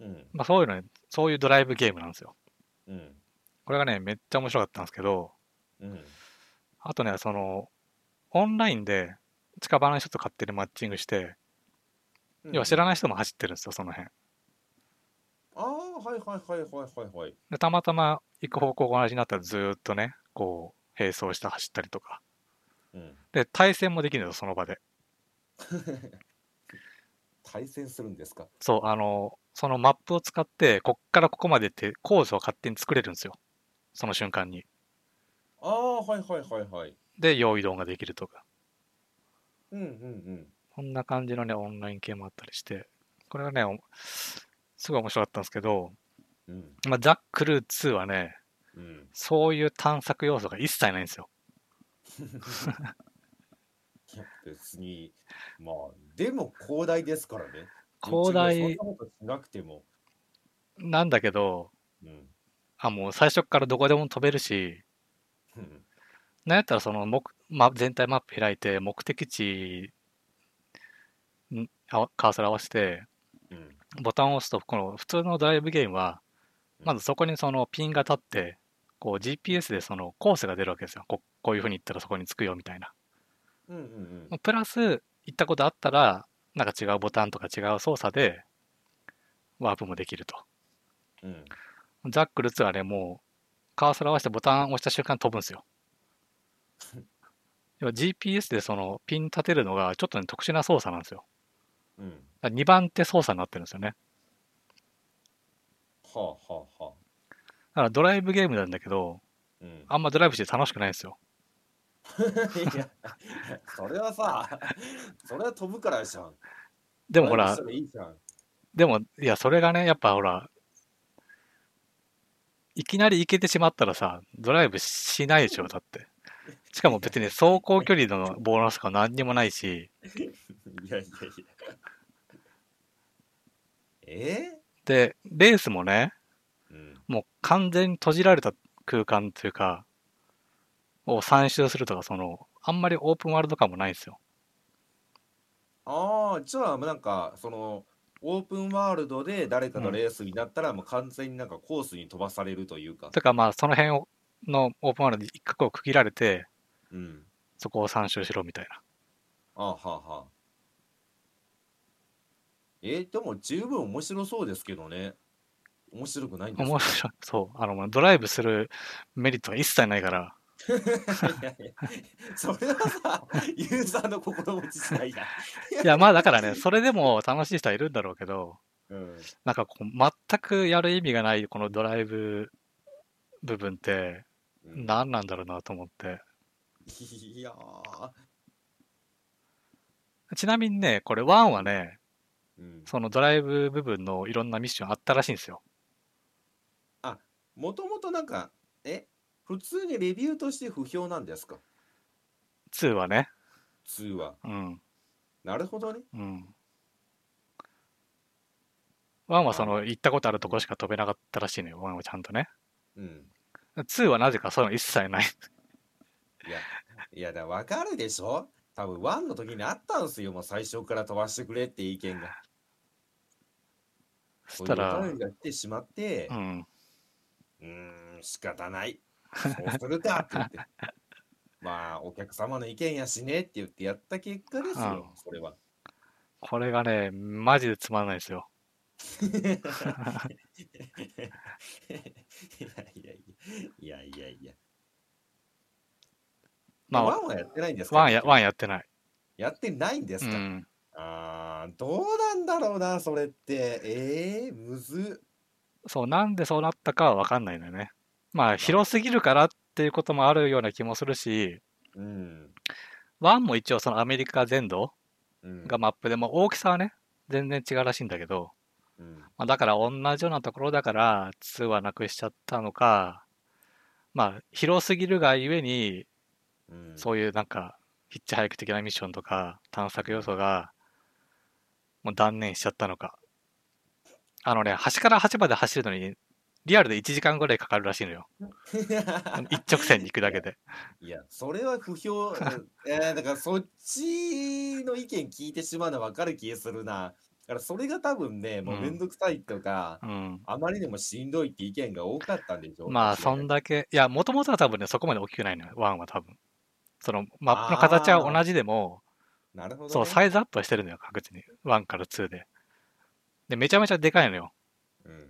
B: うんうん
A: まあそういうのね、そういうドライブゲームなんですよ。
B: うん
A: これがね、めっちゃ面白かったんですけど、
B: うん
A: あとね、その、オンラインで近場の人と勝手にマッチングして、要は知ら
B: い
A: ない人も走ってるんですよ、その辺。
B: ああはいはいはいはいはいはい
A: で、たまたま行く方向が同じになったらずーっとね、こう、並走して走ったりとか。
B: うん
A: で、対戦もできるんですよ、その場で。
B: 対戦するんですか
A: そう、あの、そのマップを使って、こっからここまでってコースを勝手に作れるんですよ。その瞬間に。
B: ああはいはいはいはい
A: で、用意ドンができるとか。
B: うんうん
A: こんな感じのね、オンライン系もあったりして。これはね、おすごい面白かったんですけど、
B: うんうん
A: まあ、ザ・クルー2はね、
B: うん
A: そういう探索要素が一切ないんですよ。
B: いや別にまあでも広大ですからね
A: 広
B: うち
A: 大
B: もそんなことしなくても
A: なんだけど、
B: うん
A: あもう最初からどこでも飛べるし、
B: うん
A: なんやったらその目、ま、全体マップ開いて、目的地にあわカーソル合わせて、
B: うん
A: ボタンを押すと、この普通のドライブゲームは、
B: うん
A: まずそこにそのピンが立って、こう GPS でそのコースが出るわけですよ。ここういう風に行ったらそこに着くよみたいな。
B: うんうん
A: プラス、行ったことあったら、なんか違うボタンとか違う操作で、ワープもできると。
B: うんうん
A: ザックルツはね、もう、カーソル合わせてボタンを押した瞬間飛ぶんですよ。要は GPS でそのピン立てるのがちょっとね、特殊な操作なんですよ。
B: うん
A: だ2番手操作になってるんですよね。
B: はあはあはあ
A: だからドライブゲームなんだけど、
B: うん
A: あんまドライブして楽しくないんですよ。
B: いやそれはさそれは飛ぶからじゃん
A: でもほら
B: そ、れいいじゃん
A: でも、いや、それがね、やっぱほら、いきなり行けてしまったらさ、ドライブしないでしょ、だって。しかも別に走行距離のボーナスとか何にもないし、
B: いやいやいやえ
A: で、レースもね、
B: ーうん
A: もう完全に閉じられた空間というか、を3周するとか、その、あんまりオープンワールド感もないんですよ。
B: ああじゃあなんかそのオープンワールドで誰かのレースになったら、もう完全になんかコースに飛ばされるというか
A: とか、まあ、その辺をのオープンワールドで一角を区切られて、
B: うん
A: そこを3周しろみたいな。
B: あはあはあえー、でも十分面白そうですけどね面白くないんです
A: 面
B: か
A: 白い。そう。あの、ドライブするメリットが一切ないから、
B: いやいや それはさユーザーの心持ち次第や
A: いや、まあ、だからね、それでも楽しい人はいるんだろうけど、
B: うん
A: なんかこう、全くやる意味がない、このドライブ部分って、
B: うん
A: 何なんだろうなと思って。
B: いやー
A: ちなみにね、これ1はね、
B: うん、
A: そのドライブ部分のいろんなミッションあったらしいんですよ。
B: もともとなんかえ普通にレビューとして不評なんですか
A: 2はね。
B: 2は
A: うん。
B: なるほどね
A: うん。1はその行ったことあるとこしか飛べなかったらしいのよ、1はちゃんとね。
B: うん
A: 2はなぜかそういうの一切ない。
B: いやいやだ分かるでしょ多分1の時にあったんすよもう最初から飛ばしてくれって 意見が
A: そした
B: こう
A: ら
B: いうお、便りが来てしまって
A: うん。
B: うーん仕方ないそうするかって言って まあお客様の意見やしねって言ってやった結果ですよ
A: うん
B: それは
A: これがね、マジでつまらないですよ。
B: いやいやいやいやいやいや
A: まあ、
B: ワンはやってないんですか
A: 1や ,1 やってない。
B: やってないんで
A: う
B: すか、
A: ん。
B: あーどうなんだろうなそれってえー、むずっ
A: そう、なんでそうなったかは分かんないのよね。まあ、広すぎるからっていうこともあるような気もするし、
B: うん、
A: 1も一応そのアメリカ全土
B: うん、
A: がマップで、もう大きさはね、全然違うらしいんだけど、
B: うん
A: まあ、だから同じようなところだから2はなくしちゃったのか、まあ、広すぎるがゆえに、
B: うん
A: そういうなんか、ヒッチハイク的なミッションとか探索要素が、もう断念しちゃったのか。あのね、端から端まで走るのに、リアルで1時間ぐらいかかるらしいのよ。あの一直線に行くだけで。
B: いやそれは不 評えー、だからそっちの意見聞いてしまうのは分かる気がするなだからそれが多分ねもうめんどくさいとか、
A: うん。
B: あまりにもしんどいって意見が多かったんでしょ
A: まあ、そんだけ、いや、もともとは多分ね、そこまで大きくないのよ、1は多分。その、マップの形は同じでも、
B: なるほど、ね、
A: そう、サイズアップはしてるのよ、確実に。1から2で。で、めちゃめちゃでかいのよ。
B: うん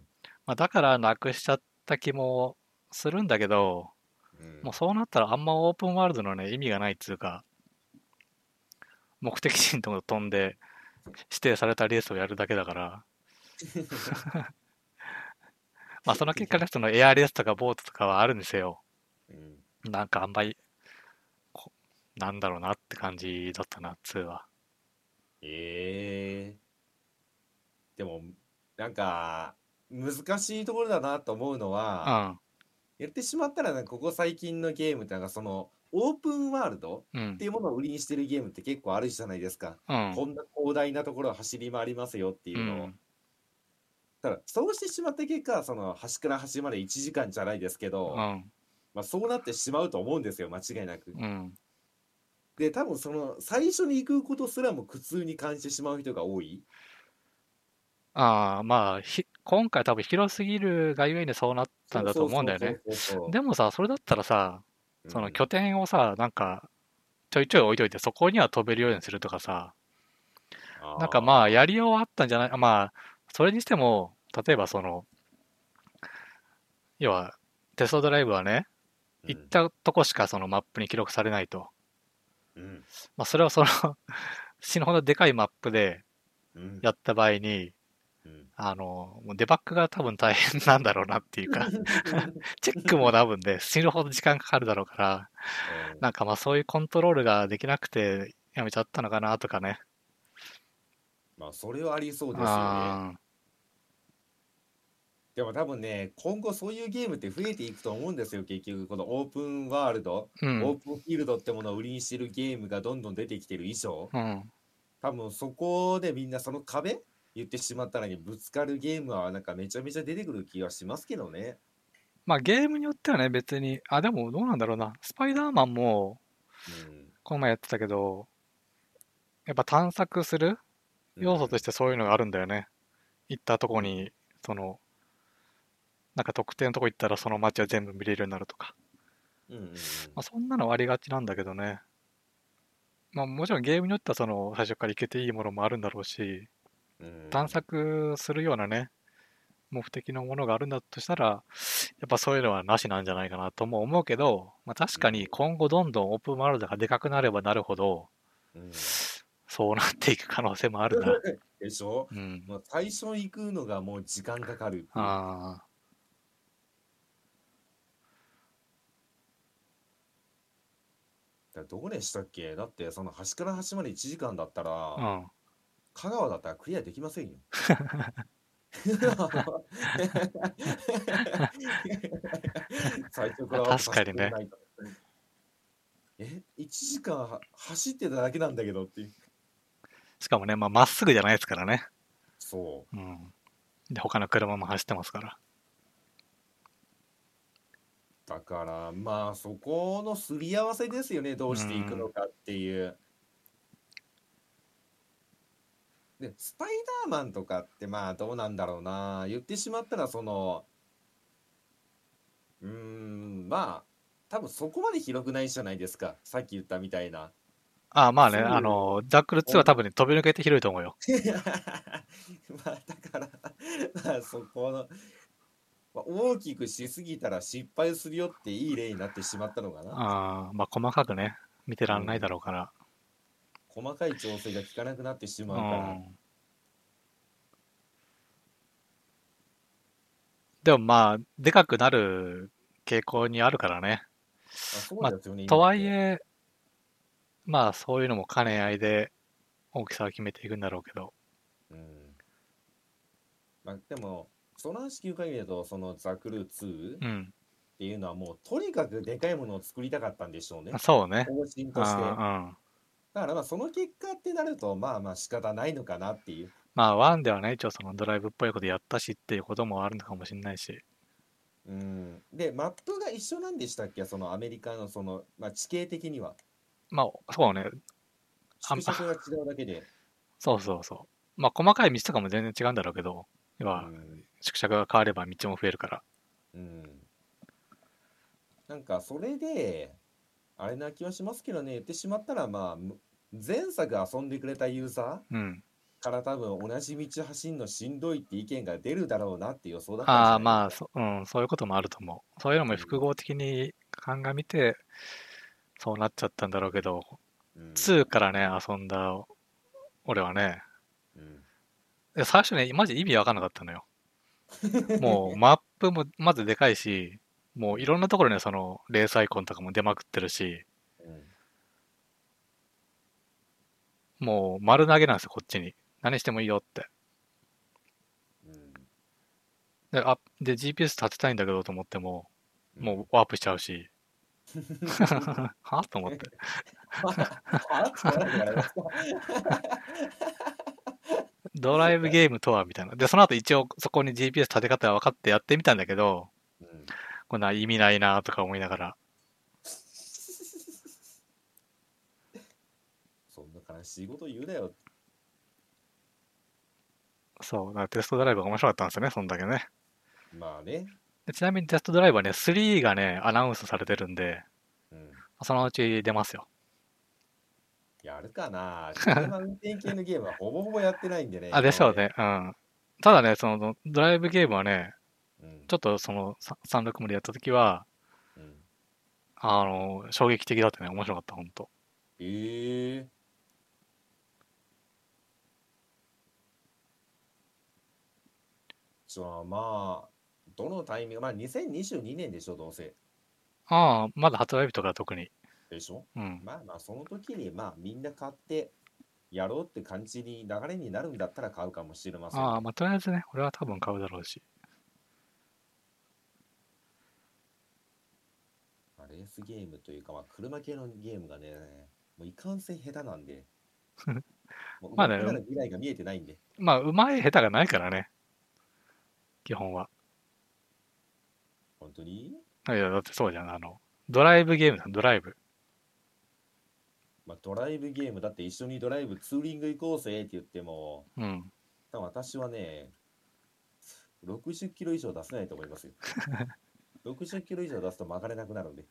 A: まあ、だからなくしちゃった気もするんだけど、
B: うん
A: もうそうなったらあんまオープンワールドのね、意味がないっつうか、目的地のとこ飛んで、指定されたレースをやるだけだ から。まあ、その結果ね、そのエアレースとかボートとかはあるんですよ。
B: うん
A: なんかあんまり、こなんだろうなって感じだったな、2は。
B: ええでもなんか難しいところだなと思うの
A: う
B: は、
A: ん。
B: やってしまったらなんかここ最近のゲームってなんかそのオープンワールド
A: う
B: っ
A: ん
B: て。いうものを売りにしてるゲームって結構あるじゃないですか、
A: うん。
B: こんな広大なところを走り回りますよっていううのを、
A: ん。
B: ただそうしてしまった結果その端から端まで1時間じゃないですけ
A: う
B: ど、
A: ん。
B: まあ、そうなってしまうと思うんですよ間違いなく。
A: うん。
B: で多分その最初に行くことすらも苦痛に感じてしまう人が多い。
A: ああ、まあ、ひ今回多分広すぎるがゆえにそうなったんだと思うんだよね。
B: そうそうそうそう。
A: でもさ、それだったらさ、その
B: うん
A: 拠点をさ、なんか、ちょいちょい置いといて、そこには飛べるようにするとかさ、なんかまあ、やりようはあったんじゃないあまあ、それにしても、例えばその、要は、テストドライブはね、
B: あー
A: 行ったとこしかそのマップに記録されないと。
B: うん
A: まあ、それはその 死ぬほどでかいマップで
B: うん
A: やった場合に、
B: うん
A: あの、もうデバッグが多分大変なんだろうなっていう か、チェックも多分ね、死ぬほど時間かかるだろうから、なんかまあそういうコントロールができなくてやめちゃったのかなとかね。
B: まあそれはありそうですよね。
A: あ
B: でも多分ね今後そういうゲームって増えていくと思うんですよ結局このオープンワールド、
A: ーう
B: オー
A: ん。
B: プンフィールドってものを売りにしてるゲームがどんどん出てきてる以上
A: うん。
B: 多分そこでみんなその壁言ってしまったらにぶつかるゲームはなんかめちゃめちゃ出てくる気がしますけどね。
A: まあゲームによってはね、別に、あ、でもどうなんだろうな。スパイダーマンもこの前やってたけど、やっぱ探索する要素と
B: し
A: してそういうのがあるんだよね。行ったとこに、その、なんか特定のとこ行ったらその街は全部見れるようになるとか。
B: て、うんうんうん
A: まあ、そんなのはありがちなんだけどね。まあもちろんゲームによってはその最初からいけていいものもあるんだろうし、
B: うん
A: 探索するようなね、目的のものがあるんだとしたら、やっぱそういうのはなしなんじゃないかなとも思うけど、まあ、確かに今後どんどんオープンワールドがでかくなればなるほど、
B: うん
A: そうなっていく可能性もある な。
B: でしょ
A: うん。
B: もう最初行くのがもう時間かかるっていう
A: ああ。
B: らどこでしたっけだってその端から端まで1時間だったら、
A: うん。
B: 香川だったらクリアできませんよ。最初から
A: 確かにね。
B: え、1時間は走ってただけなんだけどっていう。
A: しかもね、まあ、まっすぐじゃないですからね。
B: そ
A: うん。で、他の車も走ってますから。
B: う。だから、まあそこのすり合わせですよね、どうしていくのかっていう。で、スパイダーマンとかってまあどうなんだろうな。言ってしまったらその、うーん、まあ、多分そこまで広くないじゃないですか。さっき言ったみたいな。
A: ああ、まあね、
B: そう
A: あの、ザックル2は多分ね、飛び抜けて広いと思うよ。
B: まあだから まあそこの、まあ、大きくしすぎたら失敗するよっていい例になってしまったのかな
A: ああ、まあ、細かくね、見てらんないだろうから。
B: 細かい調整が効かなくなってし
A: う
B: まうから、
A: ん。でもまあ、でかくなる傾向にあるからね。
B: あそうですよね、
A: とはい
B: 今って
A: え、まあ、そういうのも兼ね合いで大きさを決めていくんだろうけど。
B: うんまあ、でもその話聞く限りだとそのザクルー2っ
A: うん。
B: ていうのはもうとにかくでかいものを作りたかったんでしょうね
A: あそうね。
B: 方針として
A: あうん。
B: だからまあその結果ってなるとまあまあ仕方ないのかなっていう
A: まあ、ワンではね、一応そのドライブっぽいことやったしっていうこともあるのかもしれないし。
B: うん、でマップが一緒なんでしたっけそのアメリカのその、まあ、地形的には
A: まあ、そうね。あ
B: 縮尺が違うだけで、
A: そうそうそう。まあ、細かい道とかも全然違うんだろうけど、要
B: う
A: は、
B: ん
A: 縮尺が変われば道も増えるから。
B: うんなんかそれであれな気はしますけどね言ってしまったらまあむ前作遊んでくれたユーザ
A: うん。
B: ーから多分同じ道走んのしんどいって意見が出るだろうなって予想だったんじゃな い
A: ああ、まあそ、うん、そういうこともあると思う。そういうのも複合的に鑑みて、そうなっちゃったんだろうけど、
B: うん
A: 2からね、遊んだ俺はね、
B: うん
A: いや最初ね、マジ意味わかんなかったのよ。も う、マップもまずでかいし、もういろんなところにその、レースアイコンとかも出まくってるし、
B: うん
A: もう丸投げなんですよ、こっちに。何してもいいよって。
B: うん
A: で、あ、で、GPS 立てたいんだけどと思っても、
B: うん
A: もうワープしちゃう し。はと思って。
B: あそうなんだあれ
A: ドライブゲームとはみたいな。で、その後一応そこに GPS 立て方は分かってやってみたんだけど、
B: うん
A: こんな意味ないなとか思いながら。
B: そんな悲しいこと言うなよ。
A: そう、だからテストドライブが面白かったんですよね、そんだけね。
B: まあね。
A: でちなみにテストドライブはね、3がね、アナウンスされてるんで、
B: うん、
A: そのうち出ますよ。
B: やるかな。車運転系のゲームはほぼほぼやってないんでね。
A: あ、でしょうね。うん。ただね、そのドライブゲームはね、
B: 今まで。うん、
A: ちょっとそのさ36までやった時は、
B: うん
A: あの、衝撃的だったね。面白かった、ほんと。
B: ええじゃあまあ、どのタイミング、まあ2022年でしょ、どうせ。
A: ああ、まだ発売日とか特に。
B: でしょ
A: うん。
B: まあまあ、その時にまあみんな買ってやろうって感じに流れになるんだったら買うかもしれません。
A: ああ、まあ、とりあえずね、俺は多分買うだろうし。
B: まあ、レースゲームというか、まあ、車系のゲームがね、もういかんせん下手なん で、もう
A: まあね
B: 僕らの未来が見えてないんで、
A: まあ、うまい下手がないからね。基本は。
B: 本当に、
A: いや、だってそうじゃん。あの、ドライブゲームだ、ドライブ。
B: まあ、ドライブゲームだって一緒にドライブツーリング行こうぜって言っても、
A: うん。
B: 多分私はね、60キロ以上出せないと思 いますよ。60キロ以上出すと曲がれなくなるんで。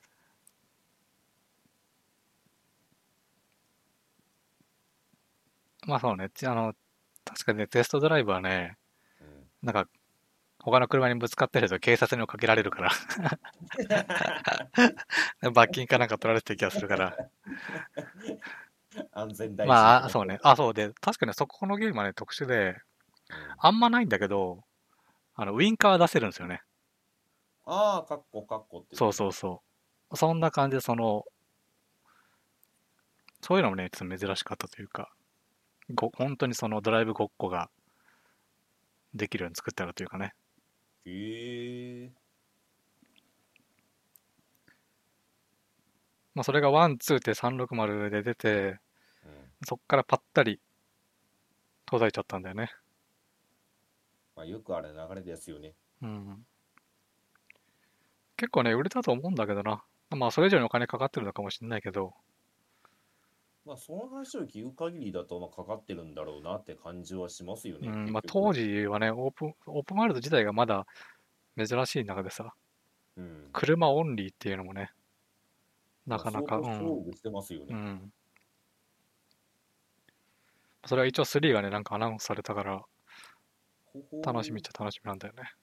A: まあそうね。ちあの、確かにね、テストドライブはね、
B: うん
A: なんか、他の車にぶつかってると警察に追っかけられるから。罰金かなんか取られてる気がするから。
B: 安全第一
A: まあ、そうね。あ、そうで、確かにそこのゲームはね、特殊で、
B: うん
A: あんまないんだけど、あの、ウインカーは出せるんですよね。
B: ああ、かっこかっこって。
A: そうそうそう。そんな感じで、その、そういうのもね、ちょっと珍しかったというか、ご本当にそのドライブごっこができるように作ってあるというかね。
B: へえ
A: まあ、それがワン、ツーって360で出て、
B: うん
A: そっからぱったり途絶えちゃったんだよね。
B: まあ、よくある流れですよね
A: うん。結構ね、売れたと思うんだけどな。まあ、それ以上にお金かかってるのかもしれないけど、
B: まあその話を聞く限りだとまあかかってるんだろうなって感じはしますよ
A: う
B: ね、
A: んまあ、
B: 結局
A: 当時はねオープン、オープンワールド自体がまだ珍しい中でさ、
B: うん
A: 車オンリーっていうのもね、なかなか、
B: まあ
A: う
B: 相当
A: ん
B: 勝負してますよ
A: う
B: ね、
A: ん。それは一応3がね、なんかアナウンスされたから、
B: ここ
A: 楽しみっちゃ楽しみなんだよね。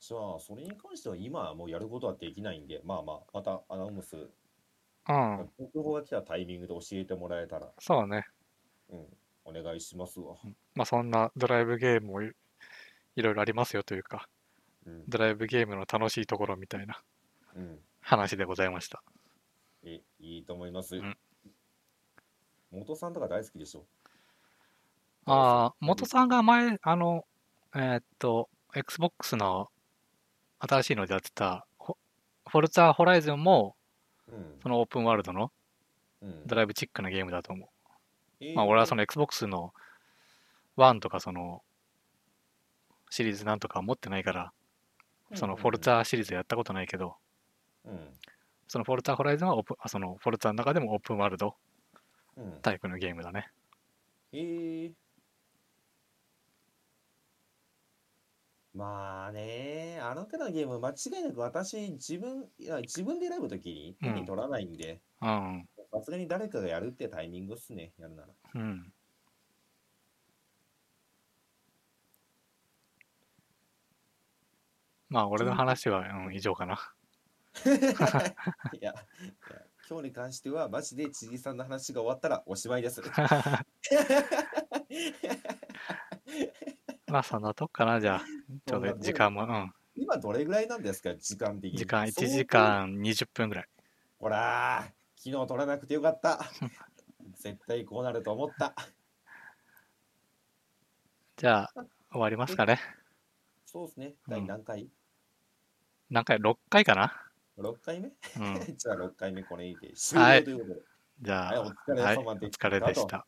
B: じゃあそれに関しては今はもうやることはできないんでまあまあまたアナウンス
A: うん、
B: 情報が来たタイミングで教えてもらえたら、
A: そうだね。
B: うん、お願いしますわ、
A: まあ、そんなドライブゲームもいいろいろありますよというか、
B: うん
A: ドライブゲームの楽しいところみたいな
B: うん、
A: 話でございました。
B: えいいと思います、
A: うん
B: 元さんとか大好きでしょ
A: ああ、元さんが前、あの、えーっと、Xbox の新しいのでやってた、ホフォルツァーホライズンも、
B: うん
A: そのオープンワールドの
B: うん
A: ドライブチックなゲームだと思う。
B: えー
A: まあ、俺はその Xbox の1とかそのシリーズなんとかは持ってないから、そのフォルツァシリーズやったことないけど、
B: うん
A: そのフォルツァホライズンはオープンあそのフォルツァの中でもオープンワールド
B: うんうん
A: タイプのゲームだね。
B: えーまあねあの手のゲーム間違いなく私自分いや自分で選ぶときに手に取らないんで
A: うん。
B: さすがに誰かがやるってタイミングっすねやる なら
A: うん。まあ、俺の話は、うん、以上かな。
B: いや、いや今日に関しては、マジで千里さんの話が終わったらおしまいです。
A: まあ、そんなとこかな、じゃあ。ちょうど時間も、うん。
B: 今どれぐらいなんですか、時間的に。
A: 時間1時
B: 相
A: 間20分ぐらい。
B: 当。ほらー、昨日取らなくてよかった。絶対こうなると思った。
A: じゃあ、終わりますかね。
B: そうですね、第何回、
A: 何回 ?6 回かな
B: ?6 回目
A: うん。
B: じゃあ6回目これにて終
A: は
B: 了
A: い
B: ということで。
A: じゃあ、
B: はいお疲れ様でした
A: はいお疲れでした。